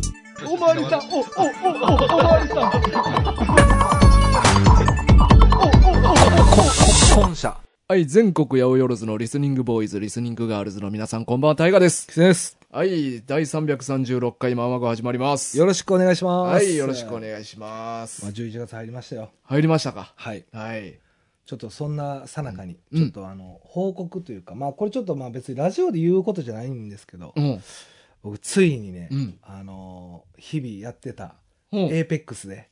まりさん、お、お、お、お、おまりさん。本社。はい、全国八百万のリスニングボーイズ、リスニングガールズの皆さん、こんばんは、タイガです。キツネです。はい、第336回ママゴ始まります。よろしくお願いします。はい、よろしくおいし願いしますまあ、。11月入りましたよ。入りましたかはい。はい。ちょっとそんなさなかに、うんちょっとあの、報告というか、まあこれちょっとまあ別にラジオで言うことじゃないんですけど、うん。僕ついにね、うんあのー日々やってた、うんエーペックスで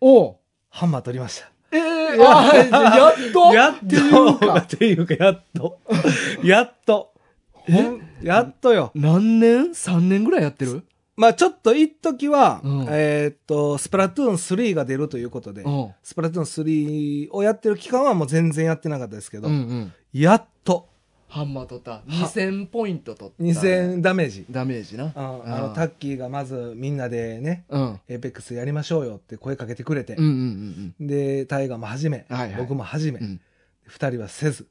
おうハンマー取りました。ええあやっとやっっていうとかっていうか、やっ と。やっと。ほんやっとよ。何年 ?3 年ぐらいやってるまあちょっと一時は、うんえーっと、スプラトゥーン3が出るということで、うん。スプラトゥーン3をやってる期間はもう全然やってなかったですけうど、んうん。やっとハンマー取った。2000ポイント取った。 2000ダメージ。ダメージな。ああの、タッキーがまずみんなでね、うん。エーペックスやりましょうよって声かけてくれて、うんうんで、タイガーも始め、はいはい僕も始め、うんうん。二人はせず、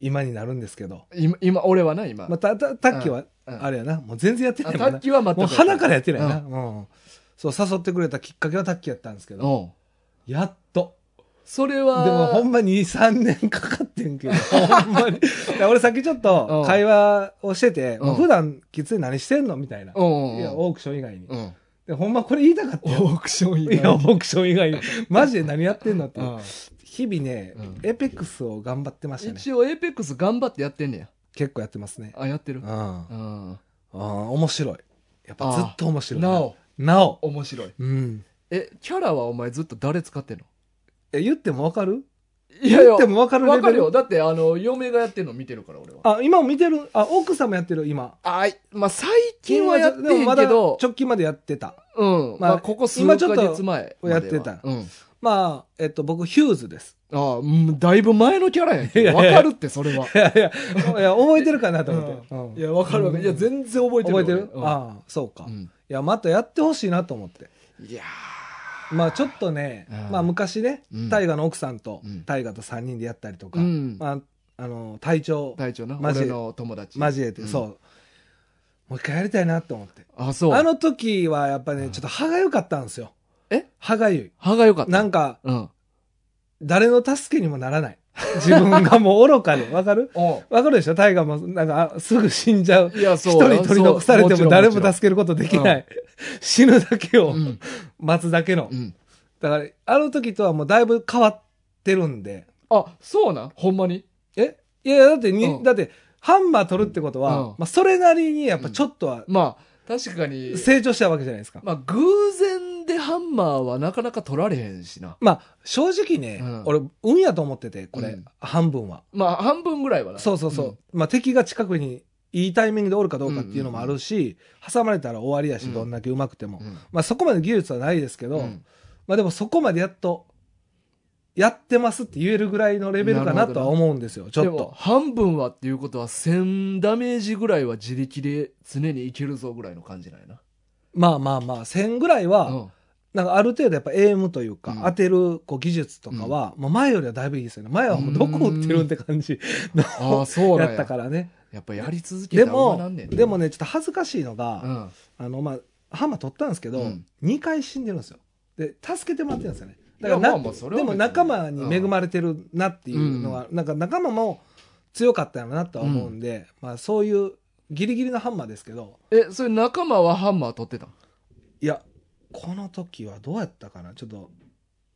今になるんですけど、今、今、俺はな、今。まあ、た、た、タッキーは、うんあれやな、もう全然やってなあいタもんなッ。キーは全く。もう鼻からやってないな、ううんそう、誘ってくれたきっかけはタッキーやったんですけど、おうやっと。それは、でもほんまに2、3年かかってん けど、ほんまに。俺さっきちょっうとん会話をしてて、うんまあ普段きつい何してんのみたいな。うんうんうんいや、オークション以外にう。ん。で、ほんまこれ言いたかったよ。オークション以いや、オークション以外に。マジで何やってんのって。うん日々ねうん、エペックスを頑張ってましたね。一応、エーペックス頑張ってやってんねや。結構やってますね。あ、やってうるん。。あうん。あ、面白い。やっぱずっと面白い。なお、なお。面白い。うん。え、キャラはお前ずっと誰使ってんのえ、言ってもわかるいやいや言って、もわかるレわかベるよ。ル。だって、あの、嫁がやってるの見てるから、俺は。あ、今も見てる。あ、奥さんもやってる、今。あ、まあ、最近はやってんでもまだけど、直近までやってた。うん。まあまあ、ここ数今ヶちょっと月前までは。やってたうん。まあ、えっと、僕、ヒューズです。 あうんだいぶ前のキャラやんけ。いやいわやいやかるって、それは。いやいや、いや覚えてるかなと思って。うん いや、わかるわかる。いや、全然覚えて覚るよ。えてる俺うんああ、そうか。ういんや、またやってほしいなと思って。いやまあ、ちょっとねうん、まあ、昔ねうん、大河の奥さんとうん大河と3人でやったりとー。かう、ん。まあ、あの、隊長隊長な。マジ俺の友達。交えうて、んそう。もう一回やりたいなと思って。あ、そう。あの時はやっぱね、ちょっと歯がゆかったんですよ。え歯がゆ歯が良かっい。た。なんか、うん。誰の助けにもならない。自分がもう愚かで、わかるおわかるでしょ大河も、なんか、あすぐ死んじゃう。いや、一そうや。人取り残されてそうも誰もちろんち助けることできない。死ぬだけろをんうん。待つだけのう。ん。だから、あの時とはもうだいぶ変わってるんで。あ、そうなんほんまにえいやいや、だってに、うんだって、ハンマー取るってことは、うんまあ、それなりにやっぱちょっとはまあ、確かに。成長したわけじゃないですか。まあ、偶然でハンマーはなかなか取られへんしな。まあ、正直ね、うん俺、運やと思ってて、これ、うん半分は。まあ、半分ぐらいはな。そうそうそう。まあ、敵が近くに、いいタイミングでおるかどうかっていうのもあるし、挟まれたら終わりやし、うんどんだけ上手くても。うん。うん。まあ、そこまで技術はないですけど、うんまあでもそこまでやっと、やってますって言えるぐらいのレベルかなるなほどとは思うんですよ、ちょっでもと。半分はっていうことは、1000ダメージぐらいは自力で常にいけるぞぐらいの感じなんやな。まあまあまあ、1000ぐらいは、うんなんかある程度やっぱエイムというか、うん当てるこう技術とかは、もう前よりはだいぶいいですよね。前はもうどこ打ってるんって感じああ、そうなやんったや。からね。やっぱやり続けでたらうまなもんねん、なでもね、ちょっと恥ずかしいのうが、ん。あの、まあ、ハンマー取ったんですけど、うん2回死んでるんですよ。で、助けてもらってるんですよね。だいかやらまあな、まあそれはでも別に仲間に恵まれてるなっていうのは、なんか仲間も強かったよなとは思うんで、まあそういうギリギリのハンマーですけど、え、それ仲間はハンマー取ってたんいや、この時はどうやったかなちょっと、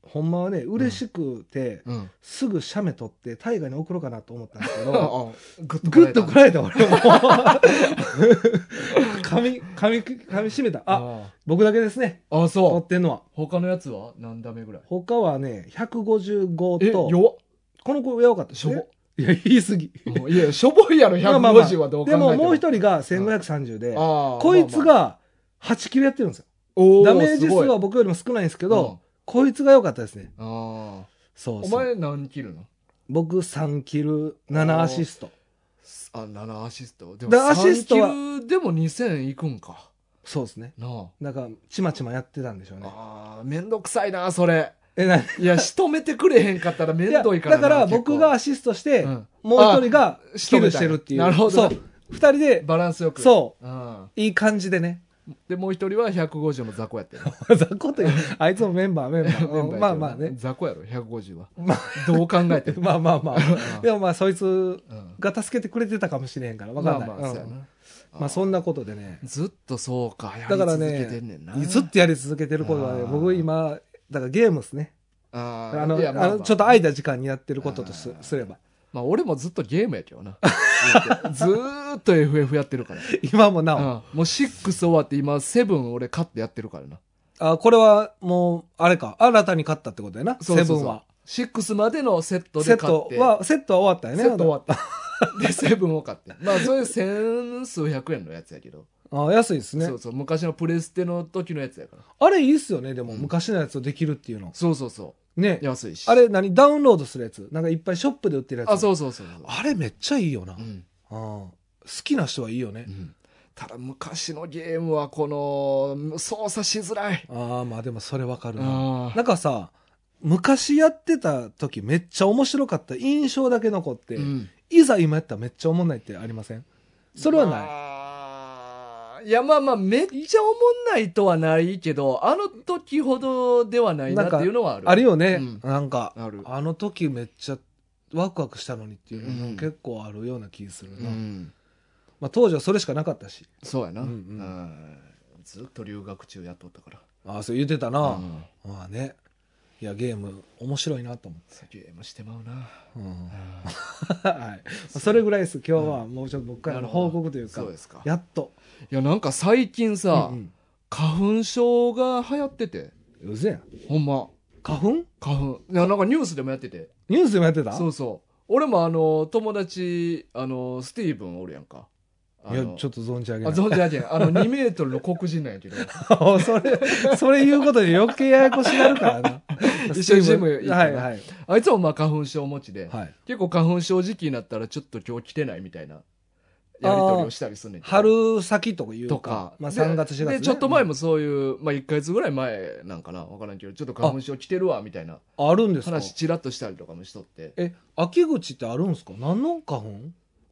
ほんまはね、嬉しくて、うん。すぐ写メ撮って、大河に送ろうかなと思ったんですけど、 あグ ぐっとこららええた俺も。 髪、髪、髪締めた。たあ、あ僕だけですね。あ、あ撮そってんのは。う。他のやつは何ダメぐらい他はね、え、 155と、弱っ。この子上良かったしょぼえいや、言い過ぎ。うんいや、しょぼいやろ、まあまあまあ150はどう考えでても。ももう一人が1530で、ああこいつ、が8キロやってるんですよ。おーダメージす数ごいは僕よりも少ないんですけど、こいつが良かったですね。うんああそうおそう。前何キルなの僕3キル7アシスト。あ、7アシスト。でだからアシストは3キルでも2000いくんか。そうですね。なあ。なんか、ちまちまやってたんでしょうね。ああ、めんどくさいな、それ。え、な、いや、仕留めてくれへんかったらめいんやどいからだな。から結構僕が、アシストして、うんもう一人がキルしてるっていう。あ仕留めたいなるほどそう。二人で、バランスよく。。そううん。いい感じでね。でもう一人は150の雑魚やってな雑魚というあいつもメンバーメンバーメン バーやけうどんなまあまあね雑魚やろ150はまどう考えてあ もまあまあまあでもまあそいつうんが助けてくれてたかもしれへんから分かんないまあまあそううやんなまあそんなことでねずっとそうかやりだから続ねけてんねんなずっとやり続けてることはねあー僕今だからゲームですねあーあのいやまああまあのちょっと空いた時間にやってることとすあーすればまあ俺もずっとゲームやけどな 言うてずーっと FF やってるから今もなおうんもう6終わって今7俺勝ってやってるからなあこれはもうあれか新たに勝ったってことやなそうセそブうンそうは6までのセットセでッ勝っトてはセットは終わったよねセット終わったで7を買ってまあそういう千数百円のやつやけど、あ安いですねそうそう昔のプレステの時のやつやからあれいいっすよねでも、うん昔のやつをできるっていうのそうそうそねう安いしあれ何ダウンロードするやつなんかいっぱいショップで売ってるやつあそうそうそうそうあれめっちゃいいよな、うあんー好きな人はいいよねう、んただ昔のゲームはこの操作しづらいああまあでもそれわかるなあなんかさ昔やってた時めっちゃ面白かった印象だけ残って、うんいざ今やったらめっちゃおもんないってありませんそれはない、ないいやまあまあめっちゃおもんないとはないけどあの時ほどではないなっていうのはあるあるよね、うんなんかあるあの時めっちゃワクワクしたのにっていうのうもん結構あるような気するうな、んまあ、当時はそれしかなかったしそうやな、うんうんうんずっと留学中やっとったからああそう言ってたな、うんまあねいやゲーム面白いなと思って、ゲームしてまうなうんはい、それぐらいです今日はもうちょっと僕からの報告というかそうですかいやっとやなんか最近さ、うん花粉症が流行っててうんうぜやんほんま花粉花粉いやなんかニュースでもやっててニュースでもやってたそうそう俺もあの友達あのスティーブンおるやんかあいのやちょっと存じ上げあない存じ上げんあの2メートルの黒人なんやけど それそれ言うことで余計ややこしなるからな 一緒にジム行ってなはいはいあいつもまあ花粉症持ちで、はい結構花粉症時期になったらちょっと今日来てないみたいなやり取りをしたりすんねんけど春先とかいうとか、まあ、で3月4月、ね、でちょっと前もそういう、まあ、1か月ぐらい前なんかな分からんけどちょっと花粉症来てるわみたいなあるんですか話ちらっとしたりとかもしとってえ秋口ってあるんですか何の花粉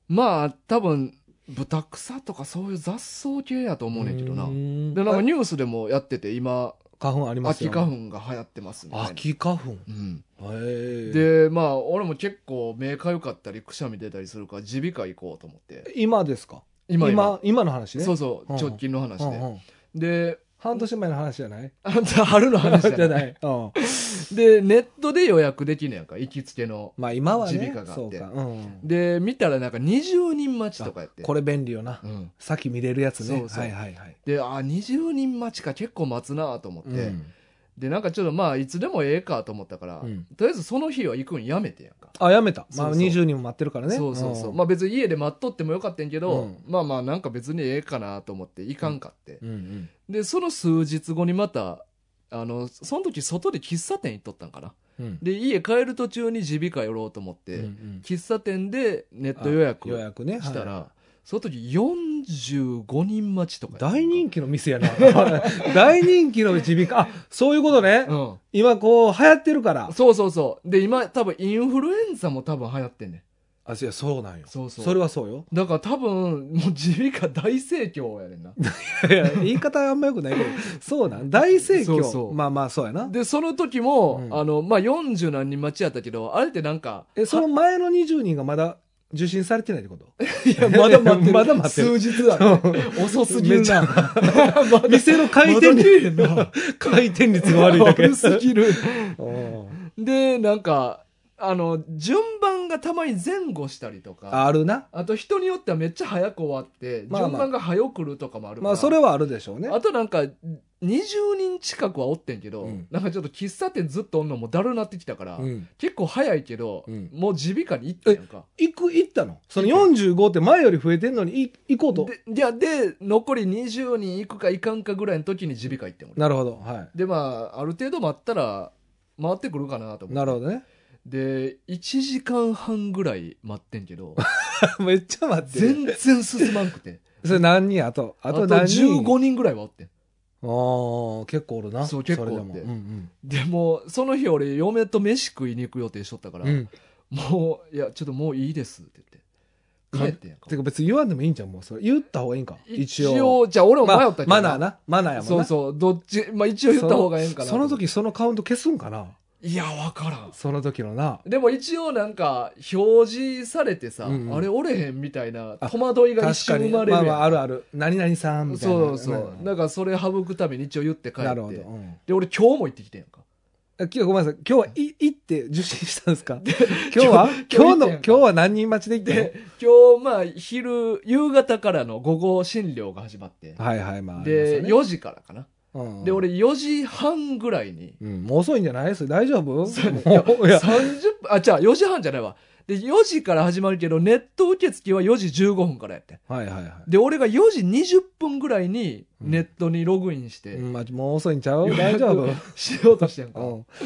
まあ多分豚草とかそういう雑草系やと思うねんけどなうーんでなんかニュースでもやってて今花粉あります秋よ、花粉が流行ってますみたいな秋花粉うん、へえでまあ俺も結構目かゆかったりくしゃみ出たりするから耳鼻科行こうと思って今ですか今今今今の話ねそうそううんうん直近の話で、うんうんで 半年前の話じゃないあんた春の話じゃ じなゃいない、うん、でネットで予約できんねやんか行きつけのまあ今はね耳鼻科があそっうてか、うん、で見たらなんか20人待ちとかやってこれ便利よな、うん、さっき見れるやつねそうそうはいはいはいであ20人待ちか結構待つなと思って、うんでなんかちょっとまあいつでもええかと思ったから、うんとりあえずその日は行くんやめてやんか、あやめたそまうあそう20人も待ってるからねそうそうそう、んまあ別に家で待っとってもよかったんやけど、うんまあまあなんか別にええかなと思って行かんかって、うんうんでその数日後にまたあのその時外で喫茶店行っとったんかなうんで家帰る途中に耳鼻科寄ろうと思って、うんうん喫茶店でネット予約あ予約ねしたら、はその時45人待ちとかい大人気の店やな 大人気の耳鼻科あそういうことね、気うん今こう流行ってるからそうそうそうで今多分インフルエンザも多分流行ってんねあいやそうなんよそうそうそれはそうよだから多分もう耳鼻科大盛況やねんないや言い方あんまよくないけどそうなん大盛況そうそうまあまあそうやなでその時も、うんあのまあ40何人待ちやったけどあれってなんかえその前の20人がまだ受診されて ないってこといやまだ待って るまだ待ってる数日だ、ね、遅すぎる なま だ店の回転ま率、だ来えへんな回転率が悪いだけ悪すぎるうんでなんかあの順番がたまに前後したりと かあるなあと人によってはめっちゃ早く終わって、まあまあ順番が早く来るとかもあるから、まあそれはあるでしょうねあとなんか20人近くはおってんけど、うんなんかちょっと喫茶店ずっとおんのもだるなってきたから、うん結構早いけど、うんもう耳鼻科に行ったやんか。行く行ったのその45って前より増えてんのにい行こうとでいやで残り20人行くか行かんかぐらいの時に耳鼻科行ってん俺なるほどはでまあある程度待ったら回ってくるかなと思っいてなるほどね で1時間半ぐらい待ってん けどめっちゃ待ってる全然進まんくてそれ何人あと ああとと何人15人ぐらいはおってんああ結構おるなそう結構おってれでもうんでもその日俺嫁と飯食いに行く予定しとったかうら、んうんもういやちょっともういいですって言って帰ってんやんかてか別に言わんでもいいんじゃん、もうそれ。言った方がいいんか。一応。じゃあ俺も迷まったあけどマナーな。マナーやもんそうな。そう、どっち、まあ一応言った方がええんかな。その時そのカウント消すんかないや、わからん。その時のな。でも一応なんか、表示されてさ、うんうんあれおれへんみたいな戸惑いが一確か瞬生に。ままれるやあん。まあ、あるある。何々さんみたいな。そうそう。んだからそれ省くために一応言って帰って。なるほど。うんで、俺今日も行ってきてんやんか。今日ごめんなさい。今日はい、行って受信したんです か今日は今今日日の、今日は何人待ち で行ってで、今日まあ昼、夕方からの午後診療が始まって。はいはい、まあ。で、ありますよね、 4時からかな。うんで、、俺4時半ぐらいに、うん、もう遅いんじゃないそれ大丈夫もそうういや、 30分、あ、じゃあ4時半じゃないわ。で、4時から始まるけど、ネット受付は4時15分からやってん。はいはいはい。で、俺が4時20分ぐらいにネットにログインして、うんまあ、もう遅いんちゃう大丈夫予約し ようとしてんか。うん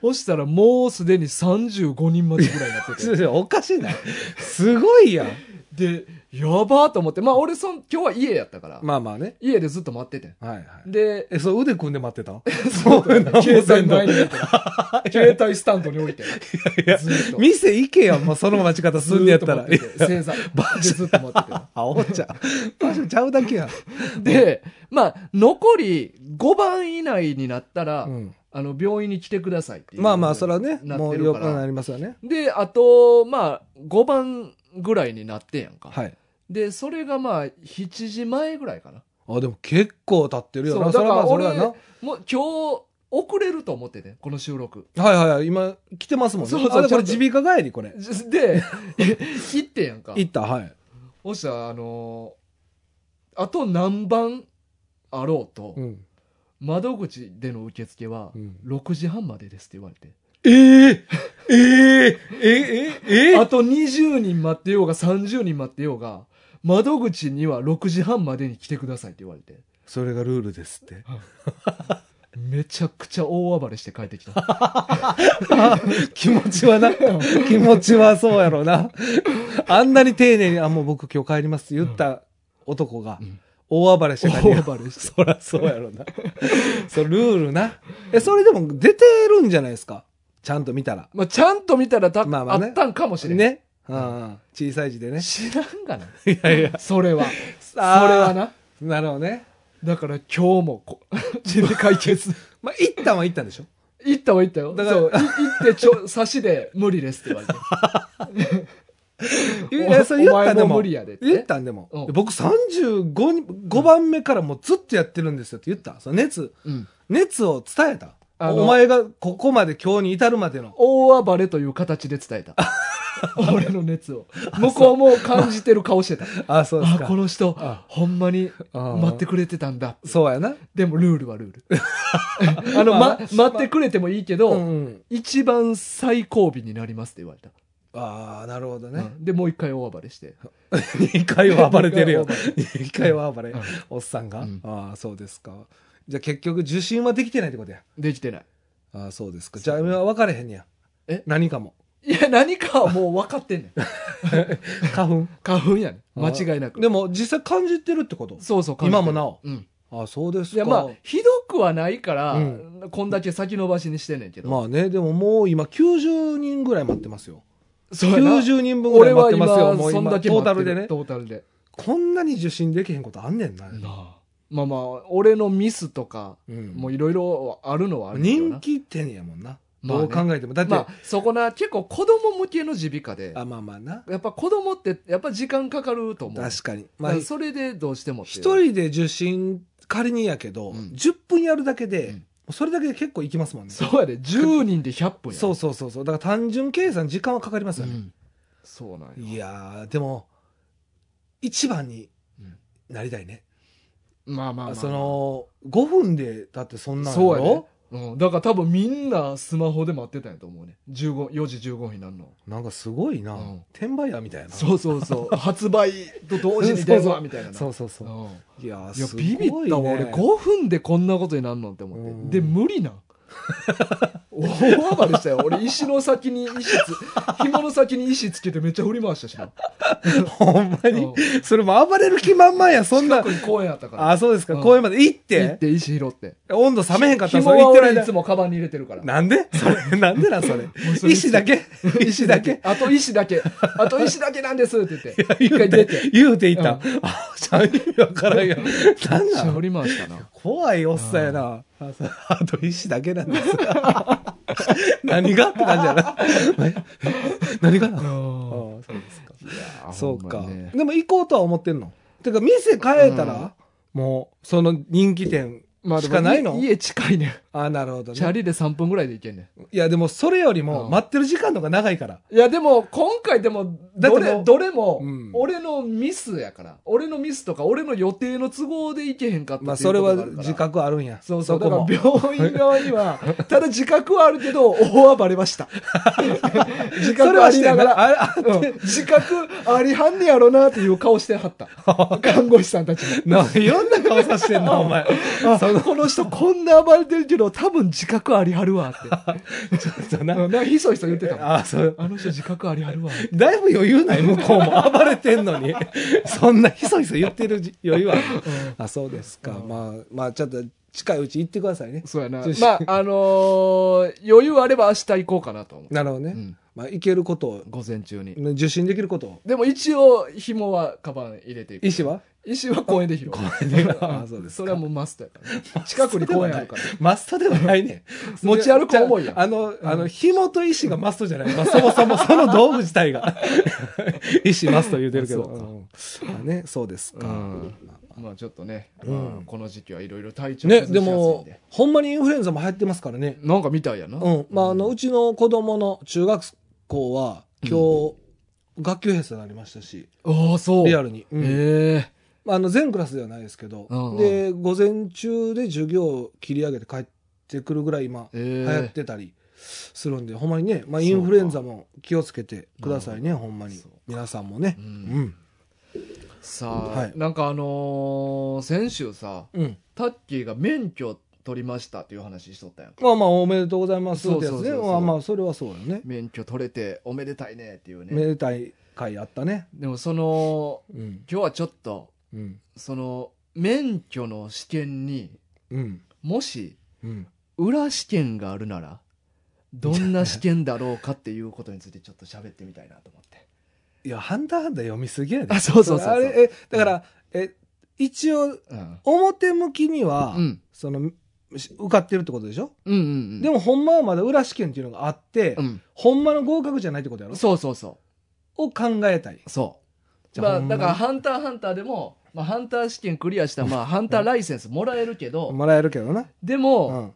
そしたらもうすでに35人待ちぐらいになって 先生おかしいな。すごいやん。て。で、やばーと思って。まあ俺そん、今日は家やったから、まあまあね。家でずっと待っててん。はいはい。で、え、そう腕組んで待ってた そういうの 携帯前に置いてた 携帯スタンドに置いて。いやず ーっと店行けよ、もうその待ち方すんねやったら。ずーっと待ってて正座。でずっと待ってて。 あ、おっちゃん。場所ちゃうだけやん。で、まあ、残り5番以内になったら、うんあの、病院に来てくださいっていうまあまあ、それはね、なっもてうるよかくらなりますよね。で、あと、まあ、5番ぐらいになってんやんか。はい。で、それがまあ、7時前ぐらいかな。あ、でも結構経ってるよな。そうだからそれはまあそれ俺もう今日、遅れると思ってて、この収録。はな。はいはいはい、今、来てますもんね。そうそうあ、でこれちゃんと耳鼻科帰り、これ。で、 行ってんやんか。行った、はい。おっしゃ、あのーあと何番あろうと、うん。窓口での受付はうん、 6時半までですって言われて。ええええええあと20人待ってようが30人待ってようが、窓口には6時半までに来てくださいって言われて、それがルールですって。めちゃくちゃ大暴れして帰ってき た。気持ちはな、気持ちはそうやろうな。あんなに丁寧に、あ、もう僕今日帰りますって言った男がん、大暴れして帰り大暴れして。そらそうやろな。そう、ルールな。え、それでも出てるんじゃないですかちゃんと見たら。まあ、ちゃんと見たらた、まあまあねあったんかもしれん。ね。うん。小さい字でね。知らんがな。 いやいや。それは。それあーはな。なるほどね。だから今日もこ、自分解決。 まあ、一旦は行ったんでしょ行ったは行ったよ。だからそう。い行って ちょ、差しで無理ですって言われて。いや、それ 言ったんでお前もも。無理やでって言ったんでもうん。僕35に、5番目からもうずっとやってるんですよって言った。その熱、うん。熱を伝えた。あのお前がここまで今日に至るまでの。大暴れという形で伝えた。 俺の熱を。向こうも感じてる顔してた。あ、 そうですあ、かこ。の人あ、ほんまにあ待ってくれてたんだ。そうやな。でもルールは ルール。あの、まあま、待ってくれてもいいけうど、ん。一番最後尾になりますって言われた。ああ、なるほどね。うんで、もう一回大暴れして。 2回は暴れてるよ。二回は2回は暴れうん。おっさんが、うんああ、そうですか。じゃあ結局受信はできてないってことや。できてない。ああ、そうですか。じゃあ今分かれへんねや。え何かも。いや、何かはもう分かって んねん。花粉。 花粉やねん。間違いなく。でも実際感じてるってことそうそう、今もなお。うん。ああ、そうですか。いや、まあ、ひどくはないから、うこんだけ先延ばしにしてんねんけど。まあね、でももう今90人ぐらい待ってますよ。そうやな90人分ぐらい待ってますよ。もうそんだ今、けト待ーってるタルでね。トータルで。こんなに受信できへんことあんねんな。まあまあ、俺のミスとか、うんもういろいろあるのはあるけどな人気店やもんな。まあどねう考えても。だって、まあ、そこな、結構子供向けの耳鼻科で、あ、まあまあな。やっぱ子供って、やっぱ時間かかると思う。確かに。ままあ、それでどうしてもっていう一人で受信、仮にやけど、うん10分やるだけで、うんもうそれだけで結構いきますもんね。そうやで、10人で100分や。そうそうそうそう。だから単純計算、時間はかかりますようね。んそうなんよいやー、でも、一番にうんなりたいね。まあまあまあ。そ、の、5分で、だってそんなんやそうやねろ。うん。だから多分みんなスマホで待ってたんやと思うね。15、4時15分になるの。なんかすごいな。うん転売屋みたいな。 そうそう そう。発売と同時に出るわ、みたいな。そうそうそうう。んいやーいやすごい、ね、ビビったわ、俺5分でこんなことになるのって思うっんて。で、無理なん。 大暴れしたよ。俺、石の先に石つ、 紐の先に石つけてめっちゃ振り回したしな。ほんまうにんそれも暴れる気満々や、そんな近く。に公園あったから。あ、そうですか。うん公園まで行っ、行ってて石拾って。温度冷めへんかったら、紐それ行はってる俺いつ間。もカバンに入れてるから。なんでそれ、なんでなんそれう。それ石だけ石だけ あと石だけ。あと石だけなんですって言って。一言回う出てて。、言うていたうん。あ、ちゃん意味わからんやん。なんめっちなゃん振り回したな。怖いおっさんやな。あそうあと石だけなんです。 何がって感じや な。何がな。あそうですか。そうか。でも行こうとは思ってんの。てか、店変えたら、もう、その人気店しかないの、家近いね。あなるほどチャね。リで3分ぐらいで行けんねいや、でもそれよりうも、ん待ってる時間の方が長いから。ん。いや、でも、今回でも、どだってもれ、うどれもうん、俺のミスやから。俺のミスとか、俺の予定の都合で行けへんかったまあ、っていうそれことはがあるから自覚あるんや。そうそう。こだからも。病院側には、ただ自覚はあるけど、 大暴れま した。自覚ありながら、それはしてんなあれあうん自覚ありはんねやろなっていう顔しては った。看護師さんたちも。な、いろんな顔さしてんな、お前。あこの人こんな暴れてるけど、多分自覚ありはるわって。ちょっとうな。んなんかひそひそ言ってたもん。あ、そう。あの人自覚ありはるわ。だいぶ余裕ない、向こうも。暴れてんのに。そんなひそひそ言ってる余裕はある。あ、そうですか。うんまあ、まあ、ちょっと近いうち行ってくださいね。そうやな。そうし まあ、あのー余裕あれば明日行こうかなと思う。なるほどね。うんまあ、行けることを、午前中に。受信できることを。でも一応、紐はカバン入れていく。石は石は公園で拾う。 あそうですかそれはもうマストやからね、近くに公園ある から。マストではない ね。持ち歩く重いやんじゃああの、あの、紐と石がマストじゃない。まあ、そもそもその道具自体が。 石マスト言うてるけど。あそううんあね、そうですか。うんまあちょっとね、うんあーこの時期はいろいろ体調ね、崩しでやすいんでも、ほんまにインフルエンザも流行ってますからね。なんかみたいやな。うん。まあ、あの、うちの子供の中学校は、今日、学級閉鎖になりましたし、ああ、そう。リアルに。うんええまあ、あの全クラスではないですけど、うんうんで午前中で授業を切り上げて帰ってくるぐらい今え流ー行ってたりするんで、ほんまにね、まあ、そうイかンフルエンザも気をつけてくださいね、ほんまにそう皆さんもねううんんさあ、はいなんかあのー先週さ、うんタッキーが免許取りましたっていう話しとったやんか。まあまあおめでとうございますってやつねそうそうそうそうまあまあそれはそうだよね免許取れておめでたいねっていうめね。でたい会あったねでもその、うん今日はちょっと、うんその、免許の試験に、うんもし、うん裏試験があるならどんな試験だろうかっていうことについてちょっと喋ってみたいなと思っていや「ハンターハンター」読みすぎやであそうそうそうそう あれえだから、え一応うん表向きには、うんそのし受かってるってことでしょうんうんでもほんまはまだ裏試験っていうのがあって、うんほんまの合格じゃないってことやろそうそうそを考えたい。うそうじゃまああほんだまにから「ハンターハンター」でも、まあ、ハンター試験クリアした ら、まあ、ハンターライセンスもらえるけどもらえるけどな。でうも、ん、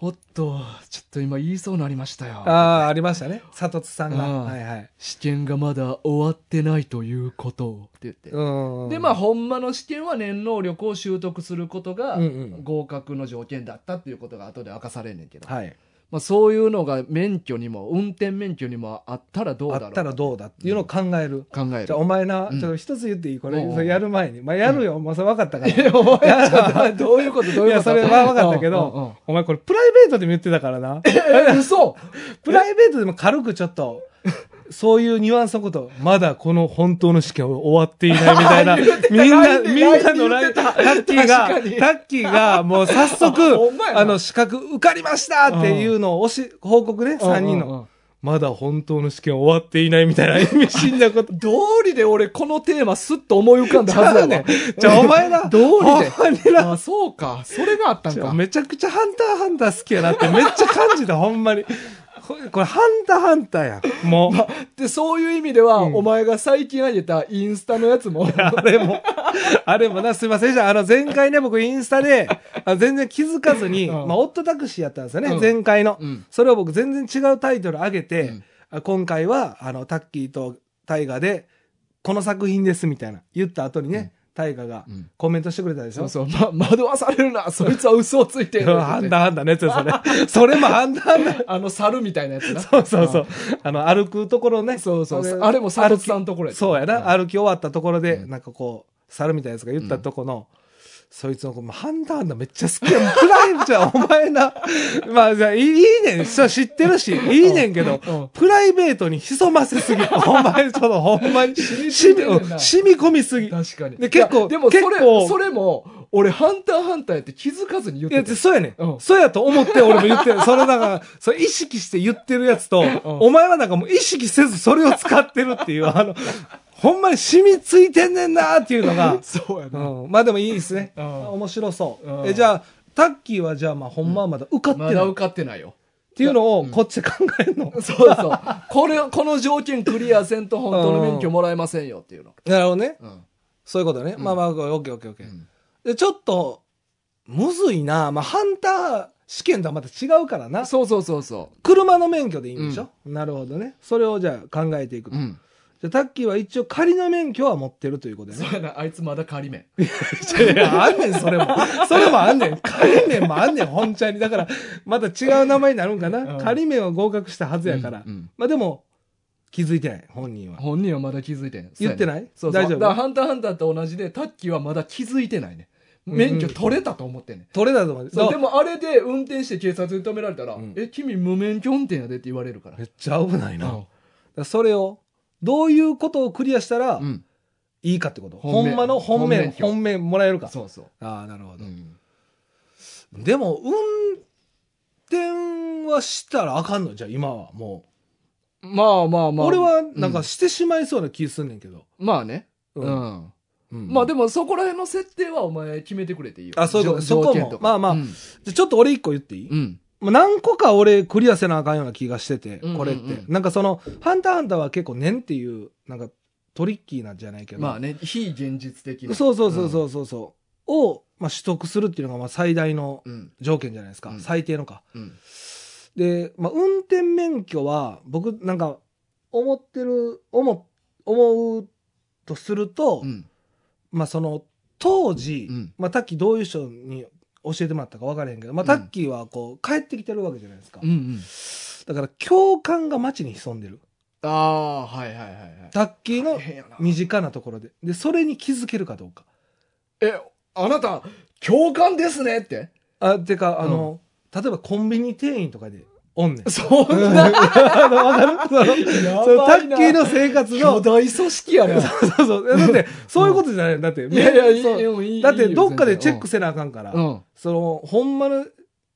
おっとちょっと今言いそうになりましたよああ、ありましたね。佐藤さんが。うんはいはい。試験がまだ終わってないということをって言って、うん。でまあ、ほんまの試験は念能力を習得することがうんうん合格の条件だったっていうことが後で明かされんねんけど、はい。まあ、そういうのが免許にも運転免許にもあったらどうあだろうったらどうだっていうのを考える。考えじるゃあお前な、うんちょっと一つ言っていいこれ、おうおうそれやる前に。まあやるよ、もうそれ分かったか えら。お前ちょっと待ってどういうことど ういいや、うことそれは分かったけうんうんうんど、お前これプライベートでも言ってたからな。え嘘プライベートでも軽くちょっと、そういうニュアンスのこと、まだこの本当の試験は終わっていないみたいな、みんな、みんなのライン、タッキーが、タ確かにッキーがもう早ほ 速んまや、なあの、資格受かりましたっていうのをおし、報告ね、3人うんうんうの。んまだ本当の試験終わっていないみたいな意味深なこと。道理で俺このテーマすっと思い浮かんだはずじゃだあねね、じゃあお前な、道理でほんまになあそうかそれがあったんじゃあかめちゃくちゃハンターハンター好きやなってめっちゃ感じた、ほんまに。これ、これハンターハンターやん。もう。でそういう意味では、お前が最近あげたインスタのやつ もあれも、あれもな、すいませんでした。あの、前回ね、僕インスタで、あの全然気づかずに、うんまあ、オットタクシーやったんですよね、うん前回の、うんそれを僕全然違うタイトル上げて、うんあ今回は、あの、タッキーとタイガで、この作品です、みたいな、言った後にね、タイガがうんコメントしてくれたでしょ。そうそう、ま、惑わされるなそいつは嘘をついてるうんハンダハンダね、そ れ。それもハンダハンダ。あの猿みたいなやつなそうそうそう。あの、歩くところね。そうそうそうれあれも佐藤さんのところやったそうやな、う歩き終わったところで、うんなんかこう、猿みたいなやつが言ったとこの、そいつの子、ハンダーナめっちゃ好きやん。 プライムじゃん、お前な。まあ、じゃあいいいいねん。そう知ってるし、いいねんけど、うんプライベートに潜ませすぎ。お前、ちょっとほんま に、染み染込みんでんねんなうん染み込みすぎ。確かに。で結構いやでもそれ結構、それも、俺、ハンターハンターやって気づかずに言っいやて、た。そうやね、うん、ん。そうやと思って俺も言ってる。それだから、それ意識して言ってるやつと、お前はなんかもう意識せずそれを使ってるっていう、あの、ほんまに染みついてんねんなーっていうのが そうやな。うん、まあでもいいですね。うん面白そう。うんえじゃあ、タッキーはじゃあ、まあほんまはまだ受かってなまい、だっ受かってないよ。ていうのをこっちで考えるの。そうそう。これ、この条件クリアせんと本当の免許もらえませんよっていうの。なるほどね。うん。そういうことね。うんまあまあ、オッケーオッケーオッケうー。んで、ちょっと、むずいな。まあ、ハンター試験とはまた違うからな。そうそうそうそ車の免許でいいんでしょ、なるほどね。それをじゃあ考えていくう。と。うん。じゃあタッキーは一応仮の免許は持ってるということやそね。うやな、あいつまだ仮免。いや、 あんねん、それも。それもあんねん。仮免もあんねん、本ちゃんに。だから、また違う名前になるんかな。うん仮免は合格したはずやから。うんうんまあでも、気づいてない、本人は。本人はまだ気づいてない。言ってないそうそう。大丈夫だからハンターハンターと同じで、タッキーはまだ気づいてないね。免許取れたと思ってんね。取れたと思う。そうそうでもあれで運転して警察に止められたら、んえ、君無免許運転やでって言われるから。めっちゃ危ないな。だかうらそれを、どういうことをクリアしたらんうん。いいかってこと。本ほ命んまの本本命、免許本命もらえるか。そうそう。ああ、なるほどう。んでも、運転はしたらあかんのじゃあ今はもまあまあう。まあ。俺はなんうかしてしまいそうな気すんねんけど。まあね。ううんん。まあでもそこら辺の設定はお前決めてくれていいよ。あそういうことじょそこも条件とかまあまあうん。じゃあちょっと俺一個言っていい、うんまあ何個か俺クリアせなあかんような気がしてて、うんうんうんこれって。なんかその、ハンターハンターは結構年っていう、なんかトリッキーなんじゃないけど。まあね、非現実的な。そうそうそうそうそうそう。を、まあ、取得するっていうのがまあ最大のうん。条件じゃないですか。うん最低のか。うん。で、まあ、運転免許は、僕なんか、思ってる、思、思うとすると、うん。まあその、当時、うんまあタッキーどういう人に教えてもらったか分からへんけど、まあうんタッキーはこう、帰ってきてるわけじゃないですか。うんうん。だから共感が街に潜んでる。ああ、はいはいはいはい。タッキーの変やな身近なところで。で、それに気づけるかどうか。え、あなた、共感ですねって。あ、てか、あの、例えばコンビニ店員とかでおんねん。そん あの、わかるその、そのタッキーの生活巨の、大組織やね。そうそう。だって、そういうことじゃないだって、いやいや、いいそうよいいだって、どっかでチェックせなあかんから、うん。その、ほんまの、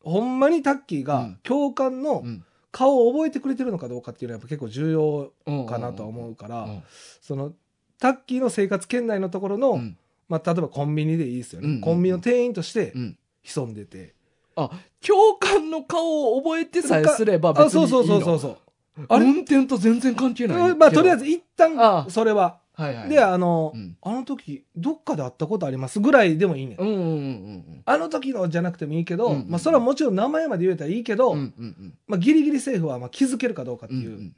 ほんまにタッキーうがん共感のうん顔を覚えてくれてるのかどうかっていうのはやっぱ結構重要うん。かなとは思うから、うんその、タッキーの生活圏内のところの、うん。まあ、例えばコンビニでいいですよね、うんコンビニの店員としてうん。潜んでて、共感の顔を覚えてさえすれば別にいあいのそうそうそうそうそうあれ運転と全然関係ない。まあとりあえず。ず一あ旦あそれははいはい。であの、うんあの時どっかで会ったことありますぐらいでもいいね、んうんうんうんあの時のじゃなくてもいいけど、うんうんまあ、それはもちろん名前まで言えたらいいけど、うん。うんうんまあ、ギリギリセーフはまあ気づけるかどうかってうん。いううんうん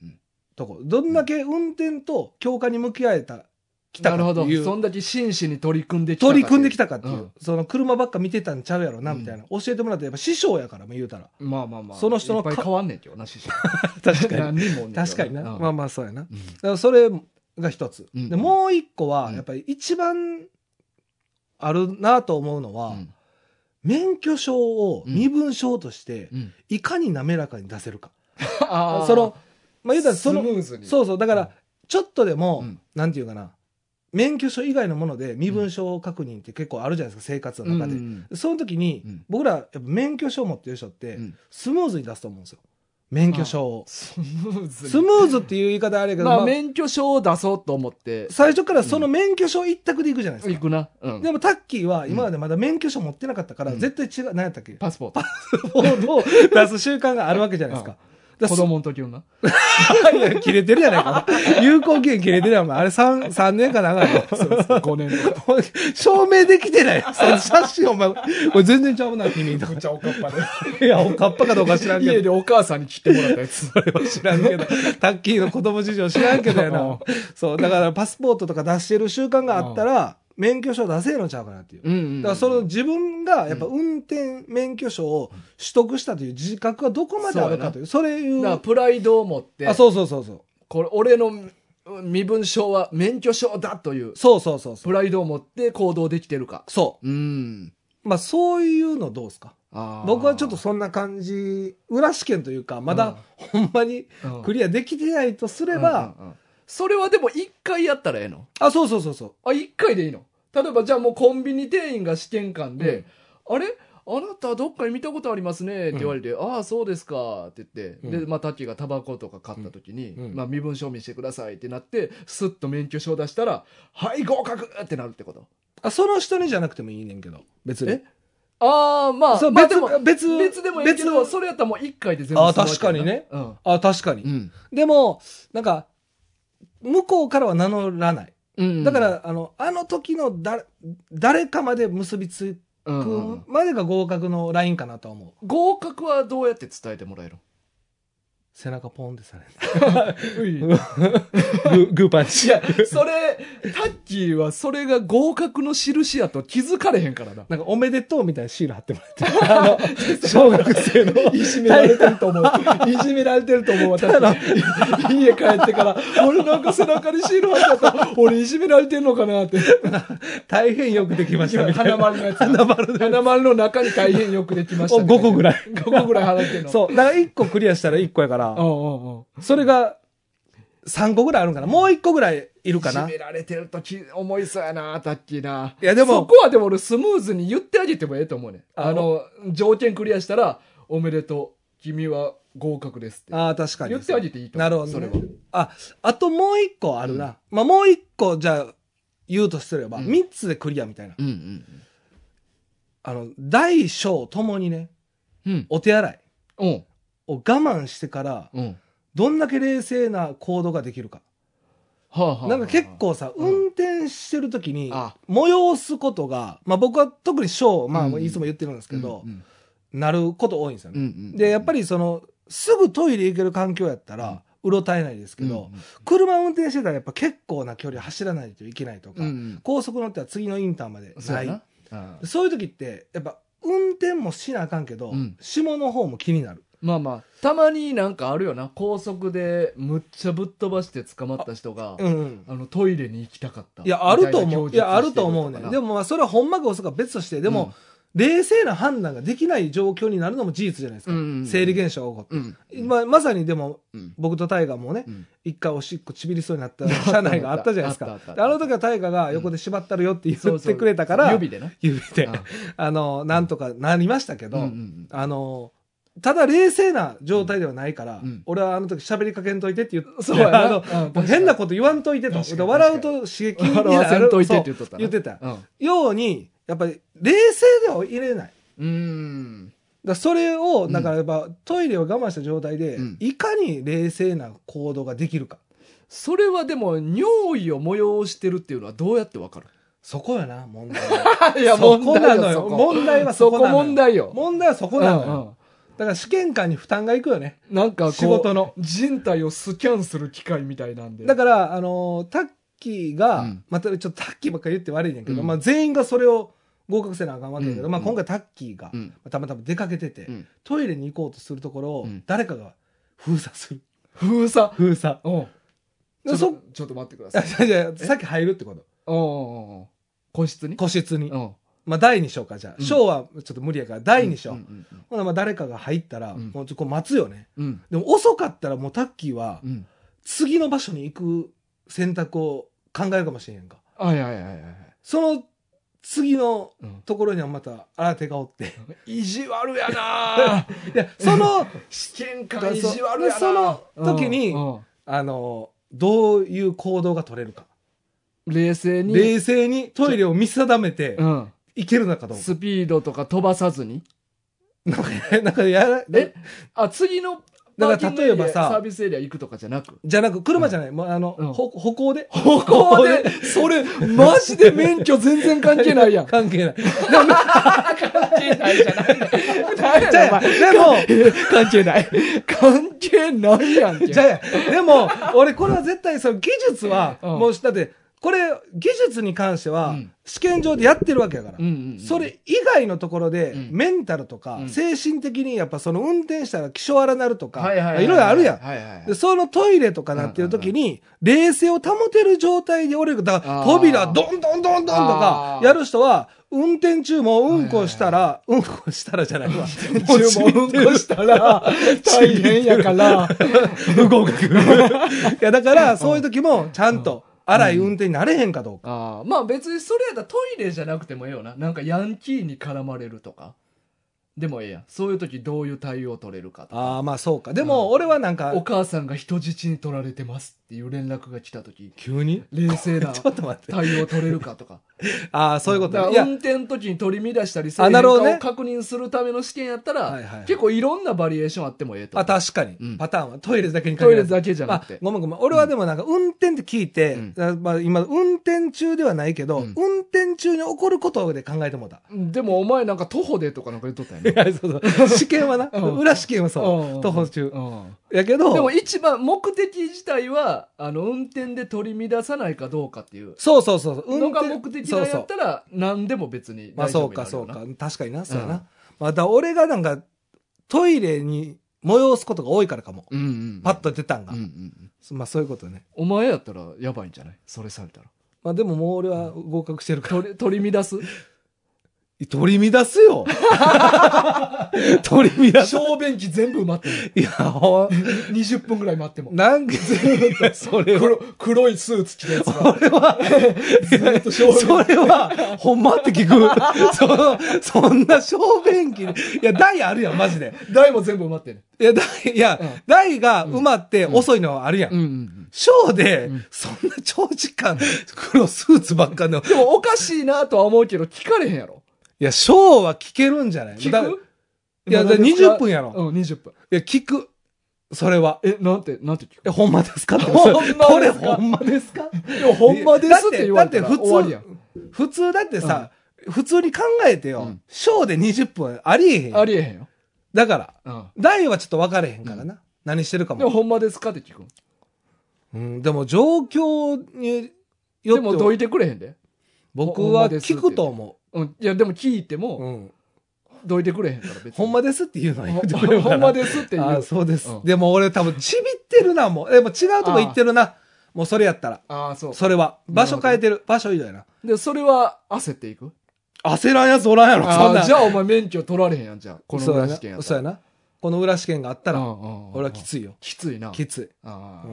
とこ、どんだけ運転と強化に向き合えたきたなるかほってど。いうそんだけ真摯に取り組んできたかっ取ていう。り組んできたかっていう、うんその車ばっか見てたんちゃうやろなみたいな、教えてもらってやっぱ師匠やからも言うたらまあまあまあ。その人のいっぱいか変わんねんけどな、師匠。確何人もおんねんけどな確かにな、うんまあまあそうやなだかうんらそれが一つ、うんでもう一個うはんやっぱり一番あるなと思うのは、うん免許証を身分証としてうんいかに滑らかに出せるか、あーそのまあ言うたらそのスムーズに。そうそうだからちょっとでも、うんなんていうかな免許証以外のもので身分証確認って結構あるじゃないですか生活うのん。中で、うんその時に、うん僕らやっぱ免許証持ってる人って、うんスムーズに出すと思うんですよ免許証をスムーズに。スムーズっていう言い方あれやけど、ままあ、あ免許証を出そうと思って。最初からその免許証一択で行くじゃないです行か、くな。うんでもタッキーは今までまだ免許証持ってなかったから、うん絶対違う何やったっけパスポート。ボードを出す習慣があるわけじゃないですか。だから子そ供の時のな。いや切れてるやないか。 有効期限切れてるやん。お前あれ三三年か長いよ。 5年とか。もう証明できてない。その写真お前、これ全然ちゃうな、君と。ちゃおかっぱで。いや、おかっぱかどうか知らん家けど。でお母さんに切ってもらったやつ。知らんけど。タッキーの子供事情知らんけどやうんな。そう、だからパスポートとか出してる習慣があったら、免許証出せるのちゃうかなっていう。うんうん。だからその自分がやっぱ運転免許証を取得したという自覚がどこまであるかという、それいだからう。プライドを持ってあ、そうそうそうそう。これ俺の身分証は免許証だというそうそうそうそプう。ライドを持って行動できてるか。そうん。う。まあそういうのどうですかあー僕はちょっと、そんな感じ、裏試験というか、まだほんまにうんクリアできてないとすれば、、うんうんうんそれはでも一回やったらええのあ、そうそうそうそう。あ、一回でいいの例えばじゃあもうコンビニ店員が試験官で、あれあなたどっかに見たことありますねって言われて、ああ、そうですかって言って、うんで、まあ、タッキーがタバコとか買った時に、うんまあ、身分証明してくださいってなって、スッと免許証出したら、はい、合格ってなるってこと。あ、その人にじゃなくてもいいねんけど、別にえ。ああ、まあ、そうまあ別でも、別別でもいいけど、別それやったらもう一回で全部済むわけやなあー確かにね。うん。あ、確かに。うんでも、なんか、向こうからは名乗らない。うん。だから、あの、あの時のだ、誰かまで結びつうんうんうん、くまでが合格のラインかなとは思う。合格はどうやって伝えてもらえる背中ポンってさ れる。のグー、グーパンチ。 それ、タッキーはそれが合格の印やと気づかれへんからな。なんか、おめでとうみたいなシール貼っても らってる。あの、小学生の。 いじめられてると思う。いじめられてると思う、私。家帰ってから、俺なんか背中にシール貼っちゃった。俺いじめられてんのかなって。大変よくできましたみたいな。花丸のやつ。花丸で。花丸の中に大変よくできました。お5個ぐ ららい。い。5個ぐらい払ってんの。う。そう。だから1個クリアしたら1個やから、うんうんうん。それが3個ぐらいあるんかな。もう1個ぐらいいるかいなじ。められてるとき思いそうやな、タッキーな。いやでもそこはでも俺スムーズに言ってあげてもええと思うね。ああの、条件クリアしたら、おめでとう。君は合格ですって。ああ、確かに。言ってあげていいとな思うるほど、それねは。。あ、あともう一個あるな。まあもう一個、じゃあ、言うとすれば、うん三つでクリアみたいな。うんうんあの、大小ともにね、うん。うん。お手洗いうん。を我慢してから、うん。どんだけ冷静な行動ができるか。はあはあはあなんか結、構さ、うん運転してる時にあ、催すことが、まあ僕は特に小、まあうんいつも言ってるんですけどう、んなること多いんですようんうね。ん。で、やっぱり、りその、すぐトイレ行ける環境やったら、うろたえないですけど、車運転してたらやっぱ結構な距離走らないといけないとかうん、うん。高速乗ったら次のインターまでそうなやいなそ。うんういう時ってやっぱ運転もしなあかんけど、うん下の方も気になるまあまあ、たまになんかあるよな。高速でむっちゃぶっ飛ばして捕まった人が、うんうんあの、トイレに行きたかった。いやあると思うみいたなやあ供述るしてとるかな思うねでもまあそれはほんまか嘘か別としてでも、、冷静な判断ができない状況になるのも事実じゃないですか、うんうん生理現象が起こって、うん。まあ、まさにでもうん僕と大我もねうん一回おしっこちびりそうになった車内があったじゃないですあかったあったああったの時は大我が横で縛ったるよってそ言うっそうてくれたから、指でな。指でうんあのなんとかなりましたけど、うんうんあの、ただ冷静な状態ではないから、うん俺はあの時喋りかけんといてって言って、そうやなあのうん確かに変なこと言わんといてと確か。にで笑うと刺激うんになる笑わせんといてって言っとっそたう言な。ってた。うんように、やっぱり冷静では入れない。だかうーん。らそれを、うんだからやっぱトイレを我慢した状態で、うんいかに冷静な行動ができるか。それはでも、尿意を催してるっていうのはどうやってわ かるそこよな、問題は。 いそこなのよ。問題はそそここなのよ。問題よ。問題はそこなのよ。うんだから試験官に負担がいくよね。うんなんかこう、仕事の人体をスキャンする機械みたいなんで。だから、あのータッキーが、うんまたちょっとタッキーばっかり言って悪いねんけど、うんまあ、全員がそれを合格せなあかんわけやけど、うんまあ、今回タッキーが、うん、たまたま出かけてて、うんトイレに行こうとするところを、うん誰かが封鎖する。封鎖。封鎖。うんちょでっそとっちょっと待って くだいさやい。いやいやさっき入るってこと。おうおうおう個室に個室に。うんまあ、第2章か、じゃあ。うん章はちょっと無理やから、第2章。うんほな、まあ、誰かが入ったら、うんもうちょっとこう待つよね。うんうんでも、遅かったらもうタッキーはう、ん。次の場所に行く選択を考えるかもしれへんか。はいはいはいはいはい。その、次のうんところにはまた新手がおって。意地悪や なぁ いや、その、試験だから官そ意地悪やなぁその時にうんうんあの、どういう行動が取れるか。冷静に、冷静にトイレを見定めてうん、いけるのかどうか。スピードとか飛ばさずに。なんか、なんかやら、えあ、次のパだーかキらングエリ例えアばサーさ、ビスエリア行くとかじゃなく。じゃなく、車じゃない、もうあの、うんほ歩行で。歩行で、それ、マジで免許全然関係ないやん。関係ない。 関係ないじゃない。じゃあ、で関係ない。関係ないやんけ。も、じゃあ、でも、俺これは絶対、その技術は、うんもう、だって、これ、技術に関してうはん、試験場でやってるわけやからうん。うんうんそれ以外のところでうん、メンタルとかう、ん精神的にやっぱその運転したら気性荒なるとか、はいはいはいいろいろあるやん。はいはいはいで、そのトイレとかなってる時に、冷静を保てる状態で俺が、だからあー扉ドンドンドンドンとかあ、ーやる人は、運転中もうんこしたら、うんこしたらじゃないわ。もう注文うんこしたら大変やから。 不合格。いや、だから、そういう時も、ちゃんと、荒い運転になれへんかどうか。あーまあ別にそれやったらトイレじゃなくてもええよな。なんかヤンキーに絡まれるとか。でもええやん。そういう時どういう対応取れるかとか。ああ、まあそうか。でも、俺はなんかお、母さんが人質に取られてますっていう連絡が来た時、急に冷静な ちょっと待って。対応取れるかとか。ああ、そういうこだかとらねいや運、転の時に取り乱したり、あなるほどねを確認するための試験やったはいはいら、結構いろんなバリエーションあってもええとあ、思う。確かに、うんパターンはトイレだけにトイ限レらず。だけじゃなあくて、。ごめんごめん。俺はでもなんか、運転って聞いて、まあ今、運転中ではないけど、うん運転中に起こることで考えてもう た。でもお前なんか徒歩でとかなんか言っとったよねい。やそうそう。試験はな、 うん裏試験は そうう。ん徒歩中。うんやけど、でも一番目的自体はあの運転で取り乱さないかどうかっていうそうそうそうそう。のが目的なんやったら何でも別にまあ大丈そ夫うにかなるよそうなか。確かにな、そうやう。なんまあだから俺がなんか、トイレに催すことが多いからかも。うんうんパッと出たんがうんう。んまあそういうことね。お前やったらやばいんじゃないそれされたらまあでももう俺は合格してるから。取り取り 乱す取り乱す よ 取り乱す。小便器全部埋まってるいや、ほん20分ぐらい待ってもなんか、それは、黒黒いスーツ着たや つが俺は、っとそ小便器れは、 ほんまって聞く。その、そんな小便器に、いや、台あるやん、マジで。台も全部埋まってるいや、台、いや、台が埋まって遅いのはあるやん。んうんショーで、そんな長時間、黒スーツばっかの。でもおかしいなとは思うけど聞かれへんやろいや、ショーは聞けるんじゃない聞だいくや、だから今何ですか20分やろ。うん20分や、聞く。それは。えなんてなんて聞くえ、ほんまですかって ほんまですかこれほんまですかいやほんまですって言われたらだってだって普通終わりやん普通だってさ、普通に考えてよ、うんショーで20分ありえへんやん。ありえへんよ。だから、うん。大はちょっと分かれへんからな。何してるかでも、も。ほんまですかって聞く。うん、でも状況によっでても、どいてくれへんで。僕ほんまはですっ聞てくと思うん。いや、でも聞いてう。も、うん。どいてくれへんから、別に。ほんまですって言うのは言 うてくれほるんほかんまな。ですって言あーう。そうです、うんでも俺多分ちびってるなもうでも違うとこ行ってるなもうそれやったらああ、そう。それは場所なるほど変えてる場所以外なで、それは焦っていく。焦らんやつおらんやろそんあなあ、じゃあお前免許取られへんやん、じゃあ。このそうや裏な試験やったそうやら。なこの裏試験があったらうんうんうん俺はきついよきついな。きつあい、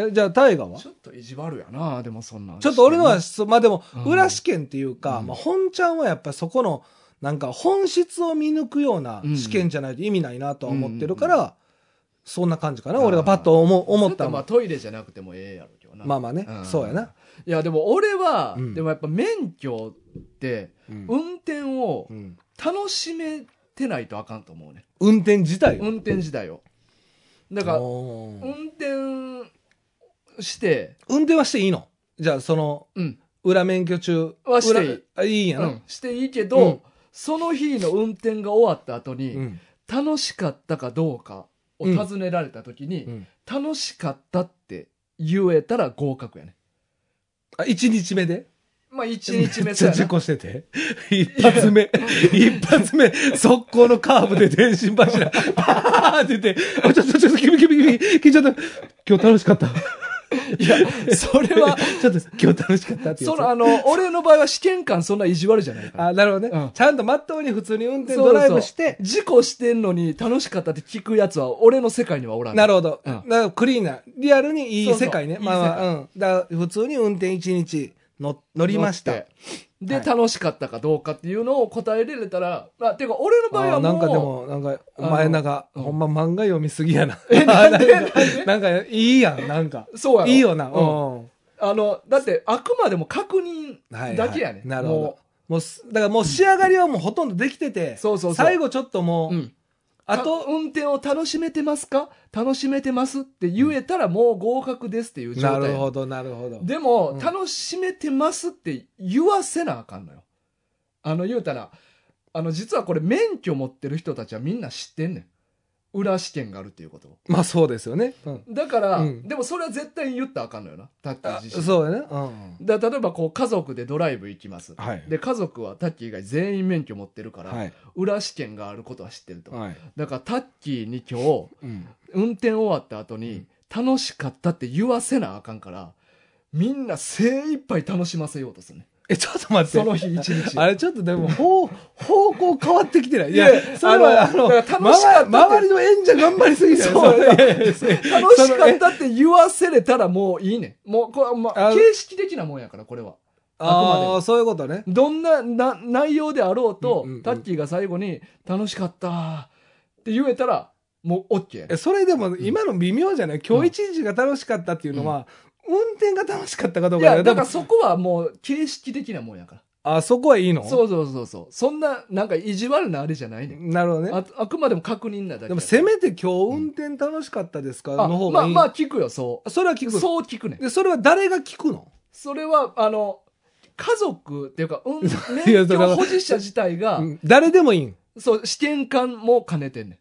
うあん、えじゃあ大河はちょっと意地悪やな、でもそんな。ちょっと俺のは、そうまあでもうん裏試験っていうか、うんまあ、本ちゃんはやっぱりそこのなんか本質を見抜くような試験じゃないと意味ないなとは思ってるから、そんな感じかな、うん俺がパッと思う思っちょたとのまあトイレじゃなくてもええやろけどな。まあまあね、うんそうやな、いや、でも俺は、うんでもやっぱ免許って、うん運転をうん楽しめてないとあかんと思うね。運転自体を運転時代をだからおー運転して運転はしていいのじゃあそのうん、裏免許中はしていい裏あいいんやうな、ん、していいけうど、んその日の運転が終わった後に、うん楽しかったかどうかを尋ねられた時に、うん楽しかったって言えたら合格やねあ1日目でまあ1日め目っちさゃやな事故してて一発目一発目速攻のカーブで電信柱バーって出てあちょっとちょっと君君君君ちょっと今日楽しかったいやそれはちょっと今日楽しかったってやそつのあの俺の場合は試験官そんな意地悪じゃないからあなるほどね、うんちゃんとまっとうに普通に運転そうそドうライブして事故してんのに楽しかったって聞くやつは俺の世界にはおらんなるほど、うんだからクリーンなリアルにいい世界ねそうそうまあまいいあうんだから普通に運転1日の乗りました乗ってで、はい楽しかったかどうかっていうのを答えられたら、まあ、てか俺の場合あーはもうなんかでも、なんか、おあ前のなんか、うんほんま漫画読みすぎ やな。なんでなんか なんかいいやん、なんか。そうやろいいよな。ううんん。あのだってあくまでも確認はいはいだけやね、なるほども。もうす、だからもう仕上がりはもうほとんどできてて、そうそうそう最後ちょっともう、うう、ん、あたと、運転を楽しめてますか楽しめてますって言えたらもう合格ですっていう状な態るほど、なるほど。でも、うん楽しめてますって言わせなあかんのよあの言うたらあの実はこれ免許持ってる人たちはみんな知ってんねん裏試験があるっていうことまあそうですよね。うんだから、うんでもそれは絶対に言ったらあかんのよなタッキーあ自身そうやね。うん。だ例えばこう家族でドライブ行きます、はい。で家族はタッキー以外全員免許持ってるから、はい。裏試験があることは知ってると、はい。だからタッキーに今日うん。運転終わった後に楽しかったって言わせなあかんからみんな精一杯楽しませようとするねえ、ちょっと待って。その日一日あれちょっとでも方方向変わってきてない。いいやや、それはああのの、だから楽しかったってまわ周りの演者頑張りすぎてる。そういやいやそれ楽しかったって言わせれたらもういいねんもうこれはまああ形式的なもんやからこれはあくまであもあ、そういうことね。どんなな内容であろうと、うんうんうんタッキーが最後に「楽しかった」って言えたらもう OK やねえそれでも今の微妙じゃない今日一日が楽しかったっていうのは、運転が楽しかったかどういかだやよだだかからそこはもう形式的なもんやからら、あ、そこはいいのそうそうそうそうそんななんか意地悪なあれじゃないねんなるほどね。ああくまでも確認なだけでもせてめて今日運転楽しかったですかあの方がいい。まあまあ聞くよそそれはう聞く。そう聞くねんで、それは誰が聞くのそれはあの家族っていうか、うん、 いや免それは許保持者自体が、うん誰でもいいん。そう試験官も兼ねてんね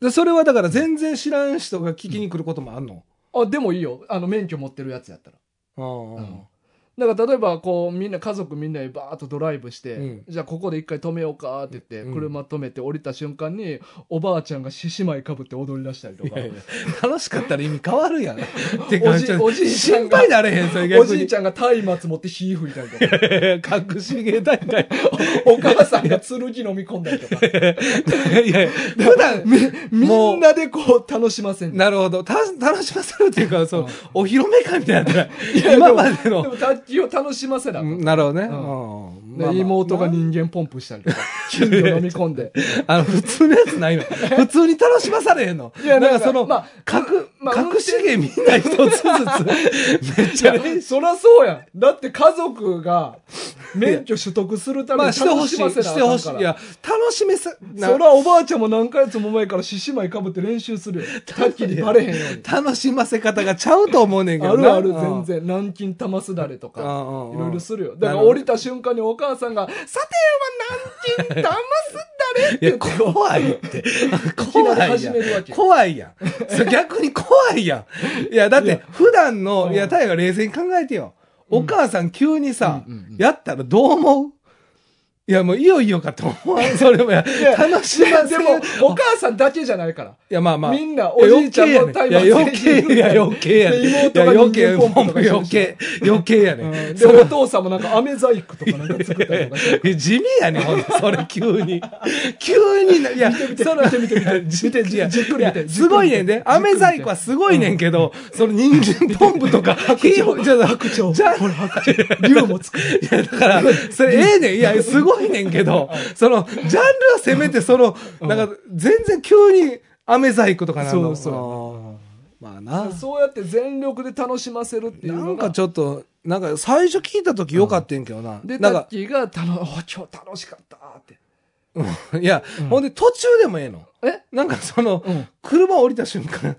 で、それはだから全然知らん人が聞きに来ることもあんの。んあでもいいよあの免許持ってるやつやったらあうんだから例えばこうみんな家族みんなでバーッとドライブして、うんじゃあここで一回止めようかって言って、うん車止めて降りた瞬間におばあちゃんが獅子舞かぶって踊り出したりとかいやいや楽しかったら意味変わるやん。って おかじちょっとおじいちゃ心んが配なれへん、それお逆に。じいちゃんが松明持って火吹いたりとか 隠し芸大 会。お母さんが剣飲み込んだりとかいやいや、普段、み もうんなでこう楽しませんねんなるほど。た、楽しませるっていうか、その、お披露目会みたいになってな いや今まででの。も卓球を楽しませなあかんうんなるほどね。うんでまあまあ妹が人間ポンプしたりとか金魚飲み込んで あの、普通のやつ ないの。普通に楽しまされへんの。いやなんなんかかその、まあ隠、まあ隠し芸みんな一つず つ、めっいちゃ練習や、そらそうやん。だって家族が免許取得するためまにあ、楽ししてほましい。せなあかんから。してほしい。いや、楽しめさ、なそらおばあちゃんも何ヶ月も前から獅子舞かぶって練習 するよ。タッキーにバレへんように。楽しませ方がちゃうと思うねんけあどるな。あるうん全。然。南京玉すだれとか。いうんうんうんろいろするよ。だかならるほ降どりた瞬間にお母さんが、さては南京玉すだれってい言っや、て怖い って。な怖りい始やめるわけん。怖いやん。それ逆に怖いやん。いや、だって、普段うの、んいや、タイが冷静に考えてよ。お母さん急にさうんうんうん、やったらどう思ういや、もういいよいいよかと思 わん。それもや、楽しませでる も、お母さんだけじゃないから。いや、まあまあ。みんなおじいちゃんもタイいマやー余計やねんいや、余計やねん。いや、で妹が余計やねん。人間ポンプとかしてる余計、余計やねん。で、お父さんもなんか飴細工とかなんか作ったりとかして。 え地味やねん、ほんとそれ急 に。急にな、いや、その、見て見て見て、 じ見てじじっくり見てじっくり見てすごいねんで、飴細工はすごいねんけど、その人間ポンプとか、火を、じゃあ白鳥。じゃあほら、白鳥。竜も作る。いや、だから、それええねん。いや、すごいねんけど、その、ジャンルはせめて、その、なんか、全然急に飴細工とかなの。そうそう。まあな。そうやって全力で楽しませるっていうなのんが。かちょっと、なんか最初聞いた時よかったんやけどな。で、タなんかッ、キーが、たの、お今日楽しかったって。いや、ほんで途中でもええの。えなんかその、うん車降りた瞬間、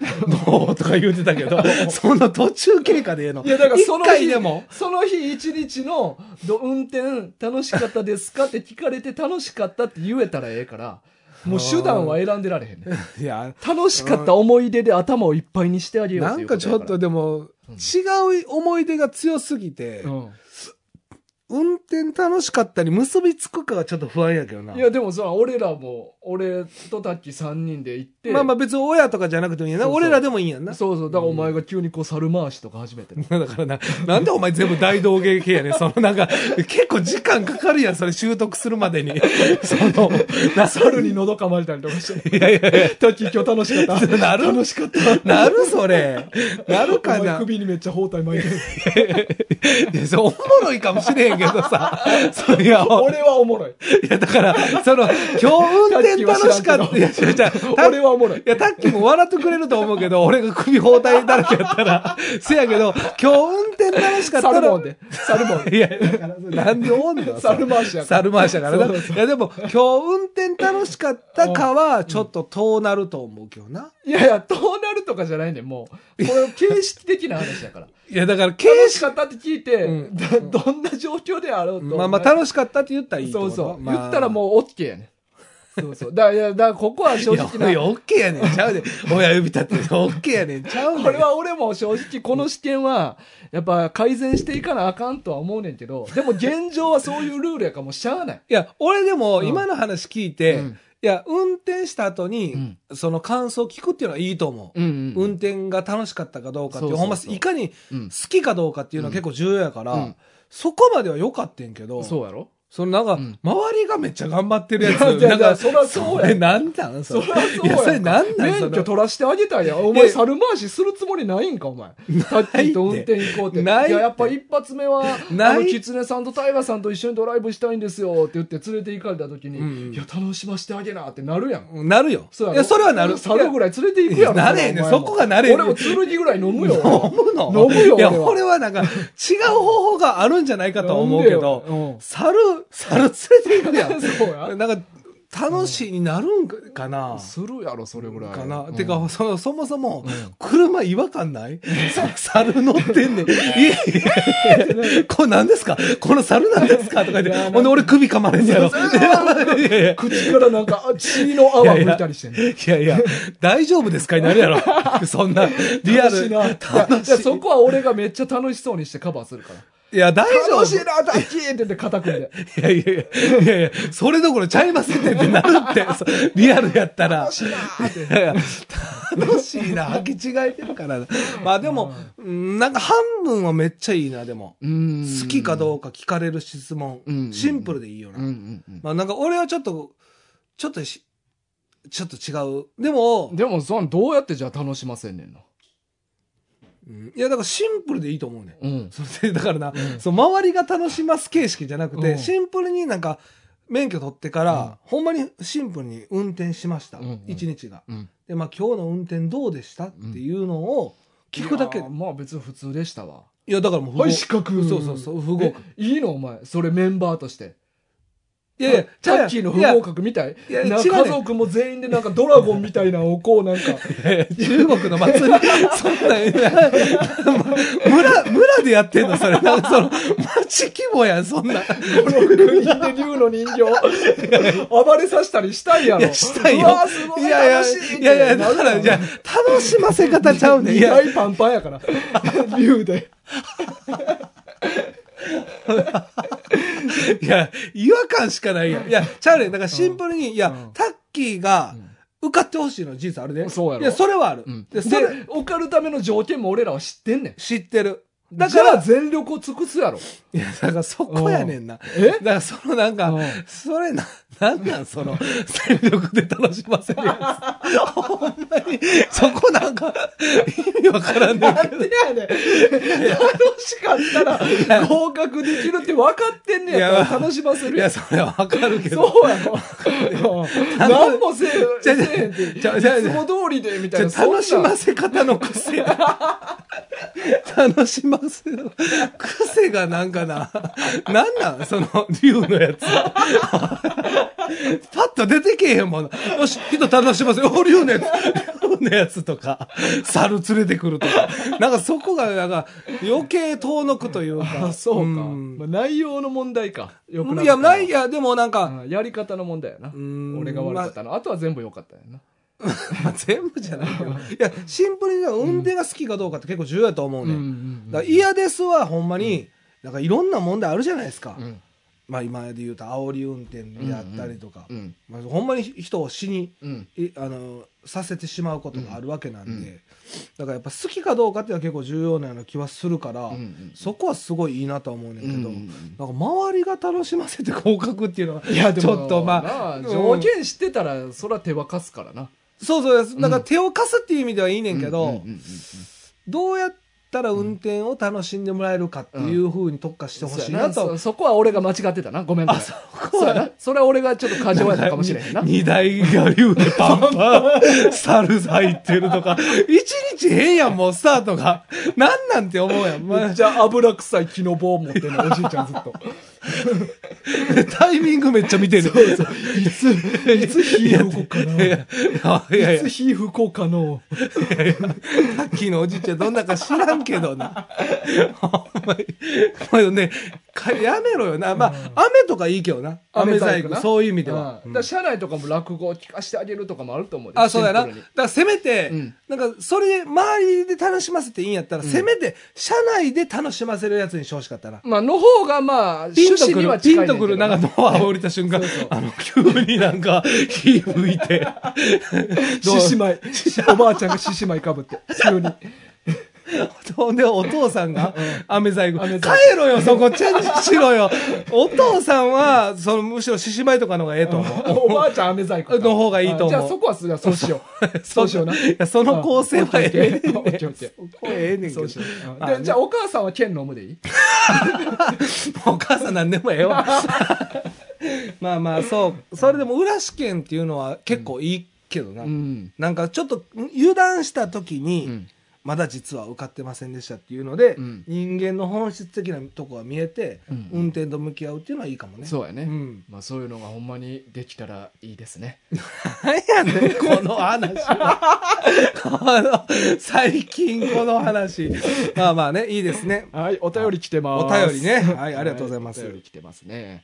どうとか言うてたけ ど、その途中経過でええの。いや、だからその一回日、でも。その日一日の、ど、運転楽しかったですかって聞かれて楽しかったって言えたらええから、もう手段は選んでられへんねん。いや、 楽しかった思い出で頭をいっぱいにしてあげようなんかちょっとっでも、違う思い出が強すぎて、運転楽しかったに結びつくかがちょっと不安やけどな。いや、でもさ、俺らも、俺とタッキー3人で行って、まあまあ別に親とかじゃなくてもいいやな。そうそう俺らでもいいんやんな。そうそう、だからお前が急にこう猿回しとか始めて。だからな、なんでお前全部大道芸系やねん。そのなんか、結構時間かかるやん、それ習得するまで に。その、なさ猿に喉噛まれたりとかして。いやいやいや。タッキー今日楽しかった。なる楽しかった。なるそ れ。なる かお前な。首にめっちゃ包帯巻いて る。いや、そうおもろいかもしれへんけどさ。そういや、い俺はおもろい。や、だから、その、今日運転楽しかった。いや、違う違うタッ俺はおもろいい。や、タッキーも笑ってくれると思うけど、俺が首包帯だらけやったら、 せやけど、今日運転楽しかったサルらモン。で。サルモ ンで。いや、だからなんでおんの猿回しやから猿回しやからな。そういや、でも、今日運転楽しかったかは、ちょっと遠なると思うけどな。いやいや、どうなるとかじゃないねんもう。これ形式的な話 だから。いや、だから、形楽し式、かったって聞いて、うんだどんな状況であろうと。まあまあ、楽しかったって言ったらいいってこそとうそう。まあ言ったらもう OK やねそうそう。だからいや、だからここは正いや、直俺、な。オッケーやねん。ちゃう で。親指立ってて、オッケーやねん。ちゃうねん。これは俺も正直この試験は、やっぱ改善していかなあかんとは思うねんけど、でも現状はそういうルールやからもうしゃあない。いや、俺でもうん今の話聞いて、うんいや、運転した後に、うんその感想聞くっていうのはいいと思う。うん運転が楽しかったかどうかっていう、そうほそんうま、そういかに好うん。きかどうかっていうのは結構重要やから、うんそこまでは良かったんけど、そうやろそのなんか、うん周りがめっちゃ頑張ってるやつ、いやいやなんいやか、そらそうやれなんなんそそれ。りゃそういや、やそれなんなんそ免許れ。取らしてあげたいやん。おい前、や猿回しするつもりないんか、お前。タッキーと運転行こうって。ないってや、やっぱ一発目は、ないあの、キツネさんとタイガさんと一緒にドライブしたいんですよって言って連れて行かれた時に、うんいや、楽しましてあげなってなるやん。なるよ。そうやいろや、それはなる。猿ぐらい連れて行くやん。いやなれへんねんお前もそこがなれへんねん俺も剣ぐらい飲むよ。飲むの飲むよいや、俺はこれはなんか、違う方法があるんじゃないかとは思うけど、飲ん猿、猿連れて いくやでよ。うんん。そうや。なんか、楽しいになるんかな、するやろ、それぐらい。かな、うんてか、その、そもそも、車違和感ない、さ猿乗ってんねん。いえいえ、これ何ですかこの猿なんですかとか言って、ほんで俺首噛まれんねやろ。 いやいや口からなんか、あ血の泡吹いたりしてんねん。いやいや、大丈夫ですかになるやろ。そんな、リアル。楽しいな。いやいやそこは俺がめっちゃ楽しそうにしてカバーするから。いや、大丈夫。楽しいな、タッキーって言って肩組ん で。いやいやいや、いやいや、それどころちゃいませんねってなるって、そ リアルやったら。いやいや楽しいな、履き違えてるからな。まあでも、うんなんか半分はめっちゃいいな、でも。好好きかうどうか聞かれる質問うんうんう。んシンプルでいいようんな。うんまあなんか俺はちょっと、ちょっとし、ちょっと違う。でもうん、でもそんどうやってじゃあ楽しませんねんの。うんいやだからシンプルでいいと思うねん。う ん。それでだからな、んそう周りが楽します形式じゃなくて、うんシンプルになんか免許取ってから、うんほんまにシンプルに運転しました、うんうん一日がうんでまあ今日の運転どうでしたっていうのを聞くだけ、いやーまあ別に普通でしたわ。いやだからもう不合はい、資格。そうそうそう不合え格いいのお前、それメンバーとして。いやいやタッキーの不いや合格みたい。いやいやな違うねん家族も全員でなんかドラゴンみたいなのをこうな んか。中国の祭り、 そんなんいや、村、村でやってんのそれ。なんかその、町規模やん、そんなん。国で竜の人 形、暴れさせたりしたいやいろ。や、したいうよわーすご。いいやいや、楽しいいやいや、だから、じゃあ楽しませ方ちゃうねん。い二や、大パンパン やから。竜で。 いや、違和感しかないやん。いや、チャーレン、だからシンプルに、いや、タッキーが受かってほしいの事実あるで。そうやろいや、それはある。で、で、そそれれ、、受かるための条件も俺らは知ってんねん。知ってる。だだかからら、全力を尽くすやろ。いや、だからそこやねんな。えだからそのなんかうん、それな、なんなんその、戦力で楽しませるやつ。ほんまに、そこなんか、意味わからんねんけど。いやねん楽しかったら合格できるって分かってんねやいかやら楽しませるいや、やん。それはわかるけど。そうやろ。何もせえせじゃえじゃへんって。いじゃじゃつも通りで、みたじいゃな。あ楽しませせ方の癖や楽しませの癖がなんかな。なんなんその竜のやつ。パッと出てけえへんもん。よし、人楽しませ。お、竜のやつ。竜のやつとか、猿連れてくるとか。なんかそこが、なんか余計遠のくというか。あ、そうか。んまあ内容の問題か。よくいや、ない、いや。や、でもなんか、うんやり方の問題やな。ん俺が悪かったの。あとは全部良かったよな。まあ 全部じゃないけど。いや、シンプルに運転が好きかどうかって結構重要だと思うね。うんうんうんだから嫌ですはほんまに、なんかいろんな問題あるじゃないですか、んまあ、今で言うと煽り運転であったりとか、うんまあ、ほんまに人を死に、うん。いあのさせてしまうことがあるわけなんで、だからやっぱ好きかどうかっていうのは結構重要なような気はするから、んうんそこはすごいいいなとは思うねんけど、うんうんうんなんか周りが楽しませて合格っていうのはうんいや、でちも、ょっとまあなうん条件知ってたら、そら手は貸すからな。そうそうですだから手を貸すっていう意味ではいいねんけど、うんうんうんうんどうやったら運転を楽しんでもらえるかっていうふうに特化してほしいなとそうやそそこは俺が間違ってたな。ごめんごめん。そこはな。それは俺がちょっと過剰やったかもしれへんな。二台が竜でパンパン、猿入ってるとか、一日変やん、もうスタートが。なんなんて思うやん。まめっちゃ油臭い木の棒持ってんの、おじいちゃんずっ と。あ、タイミングめっちゃ見てる。そうそう。い つ、いつ火動こうかいな。やいいやいやいやつ、火吹こうかの。 さっきのおじいちゃんどんなか知らんけどな。ほんまに。ほんまにね、かやめろよな。まあ、雨とかいいけどな。雨細工。なそういう意味でうんは。だから社内とかも落語を聞かせてあげるとかもあると思うであ、そうだな。シンだかプルにらせめて、うんなんか、それで、周りで楽しませていいんやったら、せめて、社内で楽しませるやつにしてほしかったな。まあ、の方がまあ、ピ趣ンと旨くにはる、近いピンねんけとどくる、なんかドアを降りた瞬間、あの、急になんか、火吹い て、どう獅子舞。おばあちゃんが獅子舞かぶって。急に。 ほんで、お父さんが、雨細工。雨帰細工ろよ、そこ、チェンジしろよ。 お父さんは、その、むしろ獅子舞とかの方がええと 思う。 おばあちゃん飴細工か。の方がいいと思うあじゃあそこは、じゃあそうしよう。そうしような。いや、その構成はええねんオッケーオッケーそこはええねんけそどうしようあでねじゃあお母さんは剣飲むでいいお母さん何でもええ わ。まあまあ、そう。それでも、浦試県っていうのは結構いいけどな。ん。なんか、ちょっと、ん油断した時に、うんまだ実は受かってませんでしたっていうので、うん人間の本質的なとこが見えて、うん運転と向き合うっていうのはいいかもね。そうやね。うんまあそういうのがほんまにできたらいいですね。なんやねん、この話は。この、最近この話。まあまあね、いいですね。はい、お便り来てます。お便りね。はい、ありがとうございます。はお便り来てますね。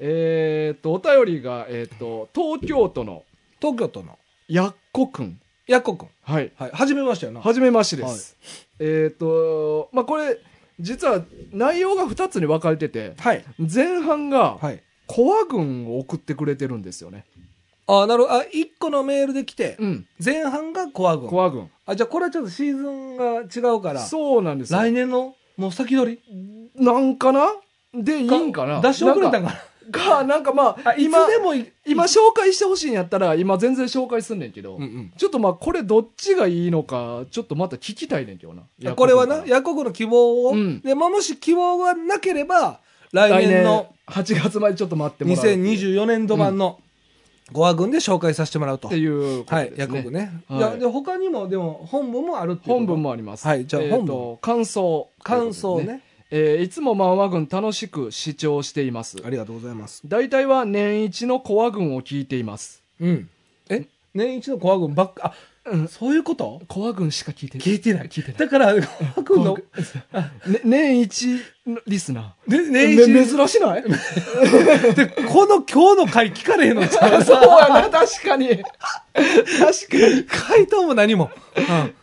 えーっと、お便りが、えーっと、東京都の東京都の、やっこくん。やっこくん。はい。はい、始めましたよな。はじめましてです。えーっと、まあこれ、実は内容が2つに分かれてて、はい。前半が、はい。コア軍を送ってくれてるんですよね。あ、なるほど。あ、一個のメールで来て、ん。前半がコア軍。コア軍。あ、じゃあこれはちょっとシーズンが違うから、そうなんですよ。来年の、もう先取りなんかなでいいんかな出し遅れたなんんかかか、なんかまなあ、あいつ今、でもいい。今紹介してほしいんやったら、今全然紹介すんねんけど、うんうんちょっとまあ、これどっちがいいのか、ちょっとまた聞きたいねんけどな。あこれはな、やヤコブの希望を、うんで、まあもし希望がなければ、来来年年のの8月までちょっと待ってもらう。 2024年度版のゴア軍で紹介させてもらうと。っていうことはです、いね。、ヤコブね。はいいや、で、他にも、でも、本文もあるっていうこと。本文もあります。はいじゃあえー本と文、感想。感想ね。。えーいつもマンマ軍楽しく視聴しています。ありがとうございます。大体は年一のコア軍を聞いています。うん。え年一のゴア軍ばっか、うんあ、そういうことコア軍しか聞いてない。聞いてない。聞いてない。だから、ゴア軍の、ね、年一のリスナね年ー。め一珍 しないで、この今日の回聞かれへんのちゃ うそうやな、確かに。確かに。回答も何も。え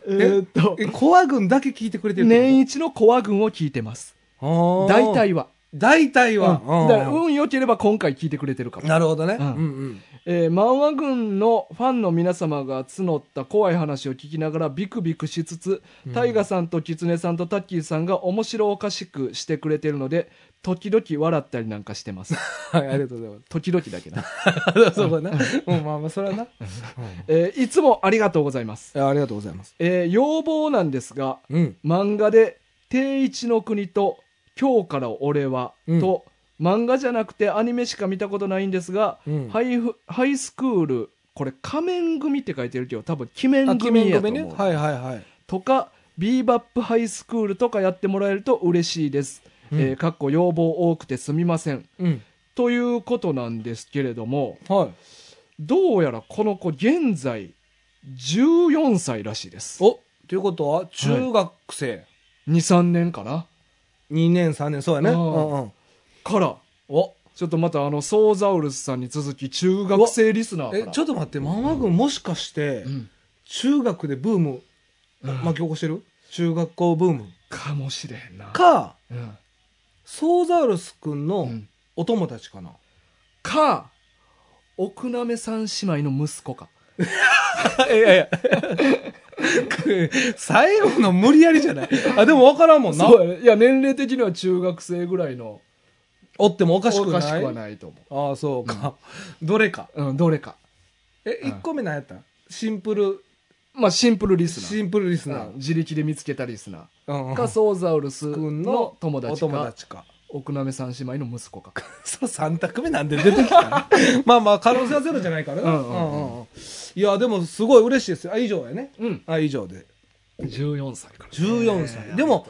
ーっと、え、ゴア軍だけ聞いてくれてるって年一のコア軍を聞いてます。こと大。体は。あー大体うん、はだ。からうん運良ければ今回聞いてくれてるかも。なるほどね。ううんんうん。えー、漫画軍のファンの皆様が募った怖い話を聞きながらビクビクしつつ、タイガさんとキツネさんとタッキーさんが面白おかしくしてくれてるので、時々笑ったりなんかして ます。はい、ありがとうございます。時々だけな。 そうかな。うん、まあまあ、それはな。えーいつもありがとうございます。ありがとうございます。えー要望なんですが、うん。漫画で、定一の国と、今日から俺は、うんと、漫画じゃなくてアニメしか見たことないんですが、うんハイフハイスクール、これ仮面組って書いてるけど、多分鬼面組やと思う。はいはいはい。とか、ビーバップハイスクールとかやってもらえると嬉しいです。うんえーかっこ要望多くてすみません。うん。ということなんですけれども、はい。どうやらこの子現在、14歳らしいです。おということは、中学生、 2、3年かな2年、3年、そうやね。あうーんうん。から、おちょっとまたあの、ソーザウルスさんに続き、中学生リスナーから。え、ちょっと待って、漫画軍もしかしてう、ん中学でブーム巻き起こしてる中学校ブーム。かもしれへんな。か、うんソーザウルスくんうのんお友達かな。か、奥なめ三姉妹の息子か。いやいや。 最後の無理やりじゃない。あ、でも分からんもんな。そうやね。いや、年齢的には中学生ぐらいの、おってもおおかしくない。はないと思ああ、そうか。どれか。う。うん、どれか。え、うん1個目何やったシンプル、まあ、シンプルリスナー。シンプルリスナうーん。自力で見つけたリスナうー。んか、ソーザウルスくんのの友達お友か、達か。奥なめ三姉妹の息子か。 そう、3択目なんで出てきたの まあまあ、可能性はゼロじゃないからな。うんうんうんうんいや、でもすごい嬉しいですよ。あ、以上やね。うん。あ、以上で。 14歳から。 14歳。でも、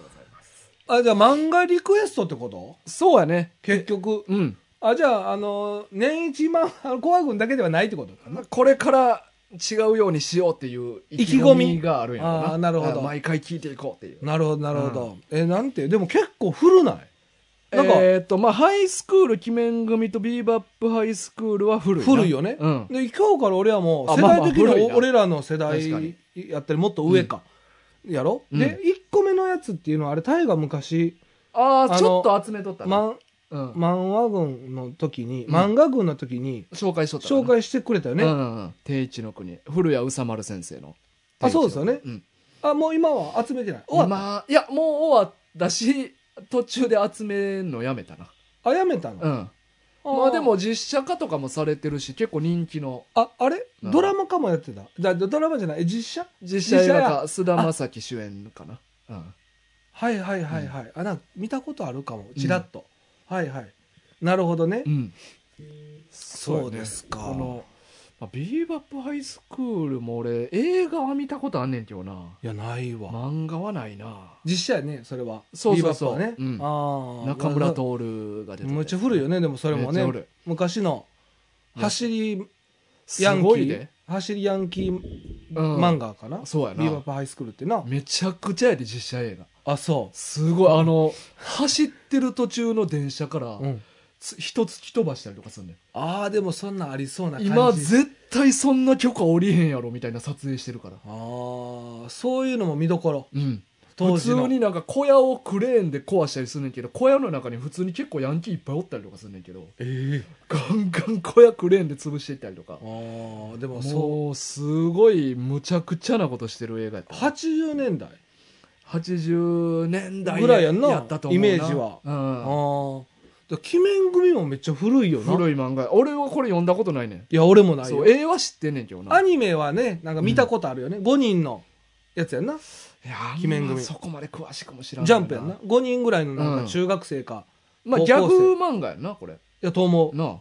あ、じゃあ漫画リクエストってことそうやね。結局。うん。あ、じゃあ、あの、年一万、あのコア軍だけではないってことかな。これから違うようにしようっていう意気意気込込みみがあるんやろあーなるほど毎回聞いていこうっていう。なるほど、なるほど。え、なんて、でも結構フルない。なんかえーっと、まあ、ハイスクール、鬼面組とビーバップハイスクールは古いな。古いよね、うんで今日から俺はもうあ世まあ代的にまあ古いおな俺らの世代確かにやったりもっと上か、やろ、うんで1個目のやつっていうのはあれ大河昔ああのあ、ちょっと集めとったな。漫うん漫画軍の時にうん漫画軍の時に紹介しとったから紹な。介してくれたよね、うんうんうん。定一の国。古谷宇佐丸先生の。あそうですよねうん。あもう今は集めてない終わった、まあ、いや、もう終わったし、途中で集めんのやめたな。あやめたの、うあん。ーまあでも実写化とかもされてるし、結構人気の。ああれうんドラマかもやってただドラマじゃないえ実写実写映実写画化、菅田将暉主演かな。うん。はいはいはいはい、あなんか見たことあるかもちらっと、はいはいなるほどね、うん。そうですかこの、まあ、ビーバップハイスクールも俺、映画は見たことあんねんけどな。いやないわ、漫画はないな。実写やねそれはそうそうそうビーバップはね、うんああ中村徹が出ててむっちゃ古いよねでもそれもねめっちゃ古い昔のね走りヤすンキごいー、で。走りヤンキーうん漫画かな、そうやビーバッな。プハイスクールってなめちゃくちゃやで、実写映画。あそすごい、あの、走ってる途中の電車から、う、うん、つ一つ突き飛ばしたりとかすんねん。ああでもそんなんありそうな感じ今、絶対そんな許可おりへんやろ、みたいな撮影してるから。ああそういうのも見どころうん。当普時通のになんか小屋をクレーンで壊したりすんねんけど、小屋の中に普通に結構ヤンキーいっぱいおったりとかすんねんけど、ええガンガン小屋クレーンで潰していったりとか。ああでもそうもう、すごい、むちゃくちゃなことしてる映画やったな。 80年代80年代ぐらいやんなったと思うイメージはああは、だから鬼面組もめっちゃ古いようん、な古い漫画俺はこれ読んだことないねんいや俺もないそよう絵は知ってんねんけどなアニメはねなんか見たことあるよね、5人のやつやんないやあんま鬼面組そこまで詳しくも知らないジャンプやんな5人ぐらいのなんうんか中学生か、まあ高校ギ生ャグ漫画やんなこれいやと思うなあ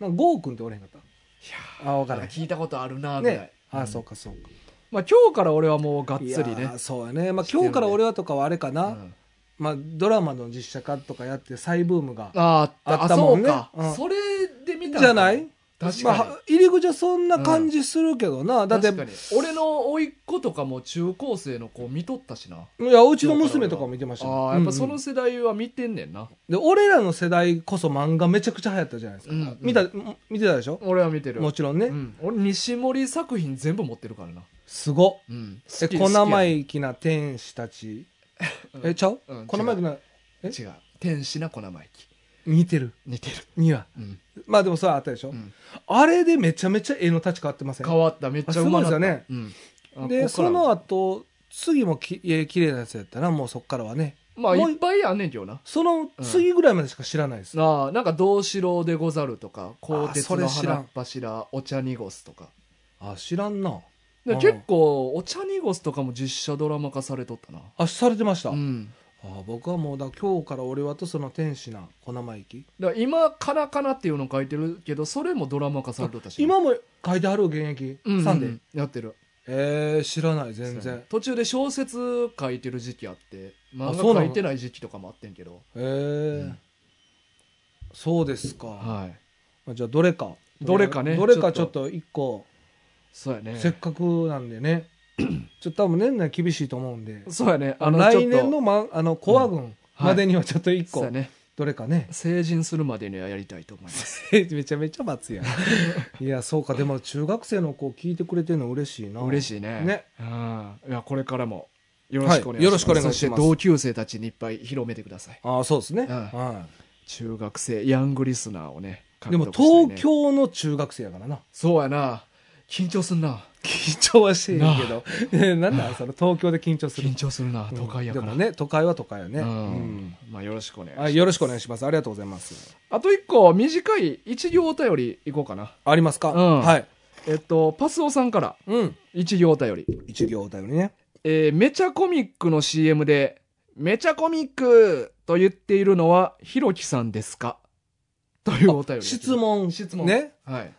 なんかゴーくんっておれへんかったあ分からなんかへん聞いたことあるなぐらい、ねあうんそうかそうかまあ今日から俺はもうがっついやりねーそうやねまあしてる今ね日から俺はとかはあれかうな、んまあドラマの実写化とかやって再ブームがああったああったもそんうねか、うんそれで見たんじかゃない確まかに、あ入り口はそんな感じするけどな、だって確かに俺の甥っ子とかも中高生の子見とったしないやうちの娘とかも見てましたよああやっぱそうんうのん世代は見てんねんな、で俺らの世代こそ漫画めちゃくちゃ流行ったじゃないですか、うんうん見たも見てたでしょ俺は見てるもちろんね、うん、俺西森作品全部持ってるからな、すごっうん、好えき小生好意気な天使たちうんえちゃう、うん小生意気なきや違う天使な粉生意気似てる似てる、にはうんまあでもそれはあったでしょ、うんあれでめちゃめちゃ絵の立ち変わってません変わっためっちゃうまなったあすごいでうんあでこっかそらの後次もきえ綺麗なやつやったなもうそっからはねまあもういっぱいあんねんけどなその次ぐらいまでしか知らないです、なあなんか「道四郎でござる」とか「鋼鉄それの知らん花っ柱」「お茶濁す」とかあ知らんなでああ結構「お茶濁す」とかも実写ドラマ化されとったなあされてました、うんあ僕はもうだ今日から俺はとその天使な小生意気だから今「カナカナ」っていうの書いてるけどそれもドラマ化されとったし今も書いてある現役、うんサンデー、うんやってるえー、知らない全然途中で小説書いてる時期あって漫そうな画の書いてない時期とかもあってんけどえーうんそうですか、はいまあじゃあどれかどれかねどれかちょっと一個、そうやねせっかくなんで ねちょっと多分年内厳しいと思うんでそうやねあの来年ちょっの,、ま、あのコア軍までにはちょっとと一個、そうやねどれかね 成人するまでにはやりたいと思いますめちゃめちゃ待つやん いやそうかでも中学生の子聞いてくれてるの嬉しいな嬉いしいねねうんいやこれからもよろしくおは願いします、いよろしくお願いしますそして同級生たちにいっぱい広めてくださいああそうですね、うんは中学生ヤングリスナーをねい、獲でも得したいね東京の中学生やからなそうやな緊張すんな緊張はしてへんけどね なんなんその東京で緊張する緊張するな都会やから、でもね都会は都会やね、ううんんまあよろしくお願いします、はい、よろしくお願いしますありがとうございますあと一個短い一行お便りいこうかなありますか、うんはいえっとパスオさんからうん一行お便り一行お便りねえーめちゃコミックの CM で、めちゃコミックと言っているのは、ひろきさんですかというお便り。質。問質問。ね。はい。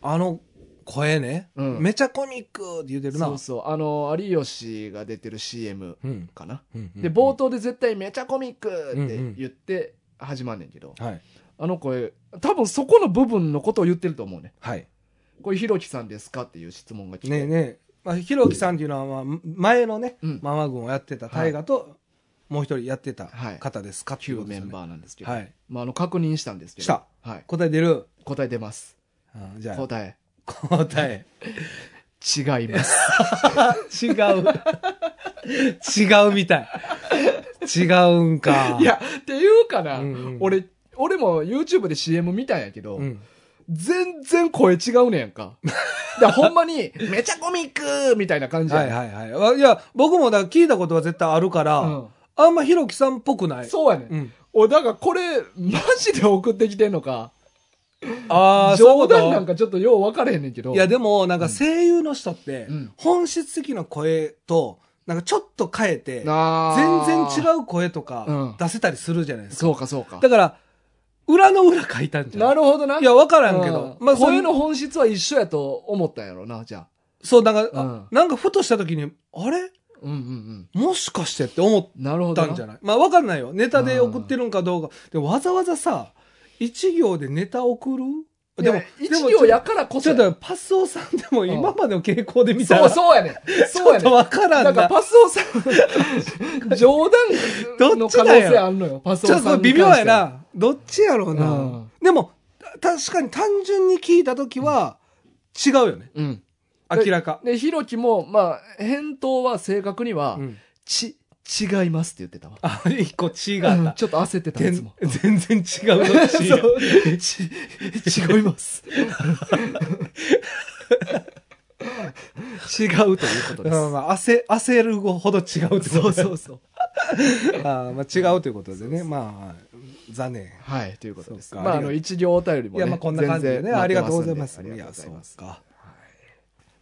あの声ね、うんめちゃコミックって言ってるなそうそう。あの、有吉が出てる CM うんかな。うんうんで、冒頭で絶対めちゃコミックって言って始まんねんけど、はいあの声、多分そこの部分のことを言ってると思うね。はいこれひろきさんですかっていう質問が来て。ねえねえ、まあ、ひろきさんっていうのは、まあ、前のね、うんママ軍をやってた大河と、もう一人やってたはい方ですかっていう旧ことでメすよンねバーなんですけど、はいまあ、あの確認したんですけどした、はい、答え出る、答え出ますうん、じゃあ答え答え違います違う違うみたい違うんか いやっていうかな、うんうん俺俺も YouTube で CM 見たんやけど、うん全然声違うねや んか。だからほんまに、めちゃコミックみたいな感じやはんいはいはいわ。いや、僕もだから聞いたことは絶対あるから、あんまひろきさんっぽくなうんい。そうやねん。うん。お、だからこれ、マジで送ってきてんのか。ああ、そうい冗うこと談なんかちょっとよう分かれへんねんけど。いや、でも、なんか声優の人ってうん、本質的な声と、なんかちょっと変えて、な全あ然違う声とうんか出せたりするじゃないですか。そうか、そうか。だから、裏の裏書いたんじゃなないるほどな。いや、わからんけど。まあ、そう声の本質は一緒やと思ったんやろな、じゃそう、なんか、あ。うあん。なんかふとした時に、あれうんうんもしかしてって思っうん。なるほどたな。んじゃないまあわかんないよ。ネタで送ってるんかどうか。で、わざわざさ、一行でネタ送るででもも、、一でも行やからこちそょや。っとパスオさんでもん今までの傾向で見たそうら、そうやねん。そうやちょっとねん。わからんなな。んかパスオさん、冗談の可能性あんのよ、パスオちょさっんに関しては。と微妙やな。どっちやろうな。うんでも、た確かに単純に聞いたときは、違うよね。うん。明らか。で、ひろきも、まあ、返答は正確には、うんち、違いますって言ってたわ。あ、一個違うっんちょっと焦ってたた。やつも。全然違うどっちやそうち 違います。違うということでうんす。まあ、焦焦るほど違うってことそうねそうそう。 あーまあ違うということでね。まあ、残念。はい、ということです。そうまかあ、あの、ありがとう一行お便りもいね。や、まあこんな感じで全ね。然ありがとうございます。あいりがとやうございそまうす。か。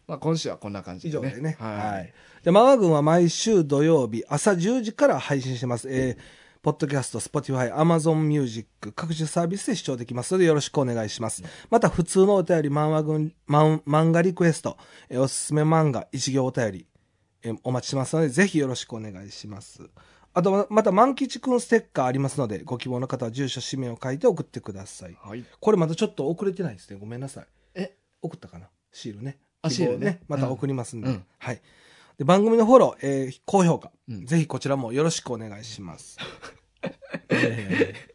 まあ、今週はこんな感じ以で上ね。でね。ははいい。。で、マガ軍は毎週土曜日朝10時から配信してます。えーポッドキャスト、Spotify、Amazon Music、各種サービスで視聴できますのでよろしくお願いします。また、普通のお便り、漫画軍、マン漫画リクエスト、えーおすすめ漫画、一行お便り、えーお待ちしてますので、ぜひよろしくお願いします。あと、また、万吉くんステッカーありますので、ご希望の方は住所、氏名を書いて送ってください。はい。これまたちょっと遅れてないですね。ごめんなさい。え送ったかなシールね。あ希望シールねまた送りますんで。うんうんはい。で、番組のフォロー、えー高評価、うんぜひこちらもよろしくお願いします。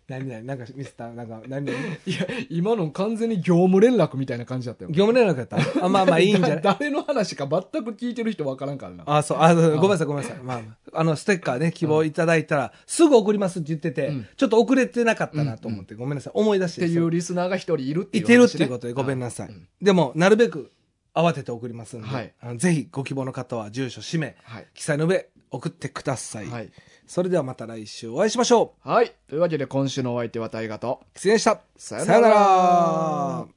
何々、なんかミスター、なんか、何 々。いや、今の完全に業務連絡みたいな感じだったよ。業務連絡やったあ、まあまあい いんじゃないだ誰の話か全く聞いてる人わからんからな。あ、そう、あ、そうごめんなさい、ごめんなさい。まあまあ、あの、ステッカーね、希望いただいたら、すぐ送りますって言ってて、うんちょっと遅れてなかったなと思って、ごめんなさい。思い出しってて。いうリスナーが一人いるっていいう話てね、るっていうことでごめんなさい。うんでも、なるべく慌てて送りますんで、はいあのぜひご希望の方は住所、氏名、はい。記載の上、送ってください,、はい。それではまた来週お会いしましょはい。というわけで今週のお相手は大河と。う。失礼でした。さよさなよならら。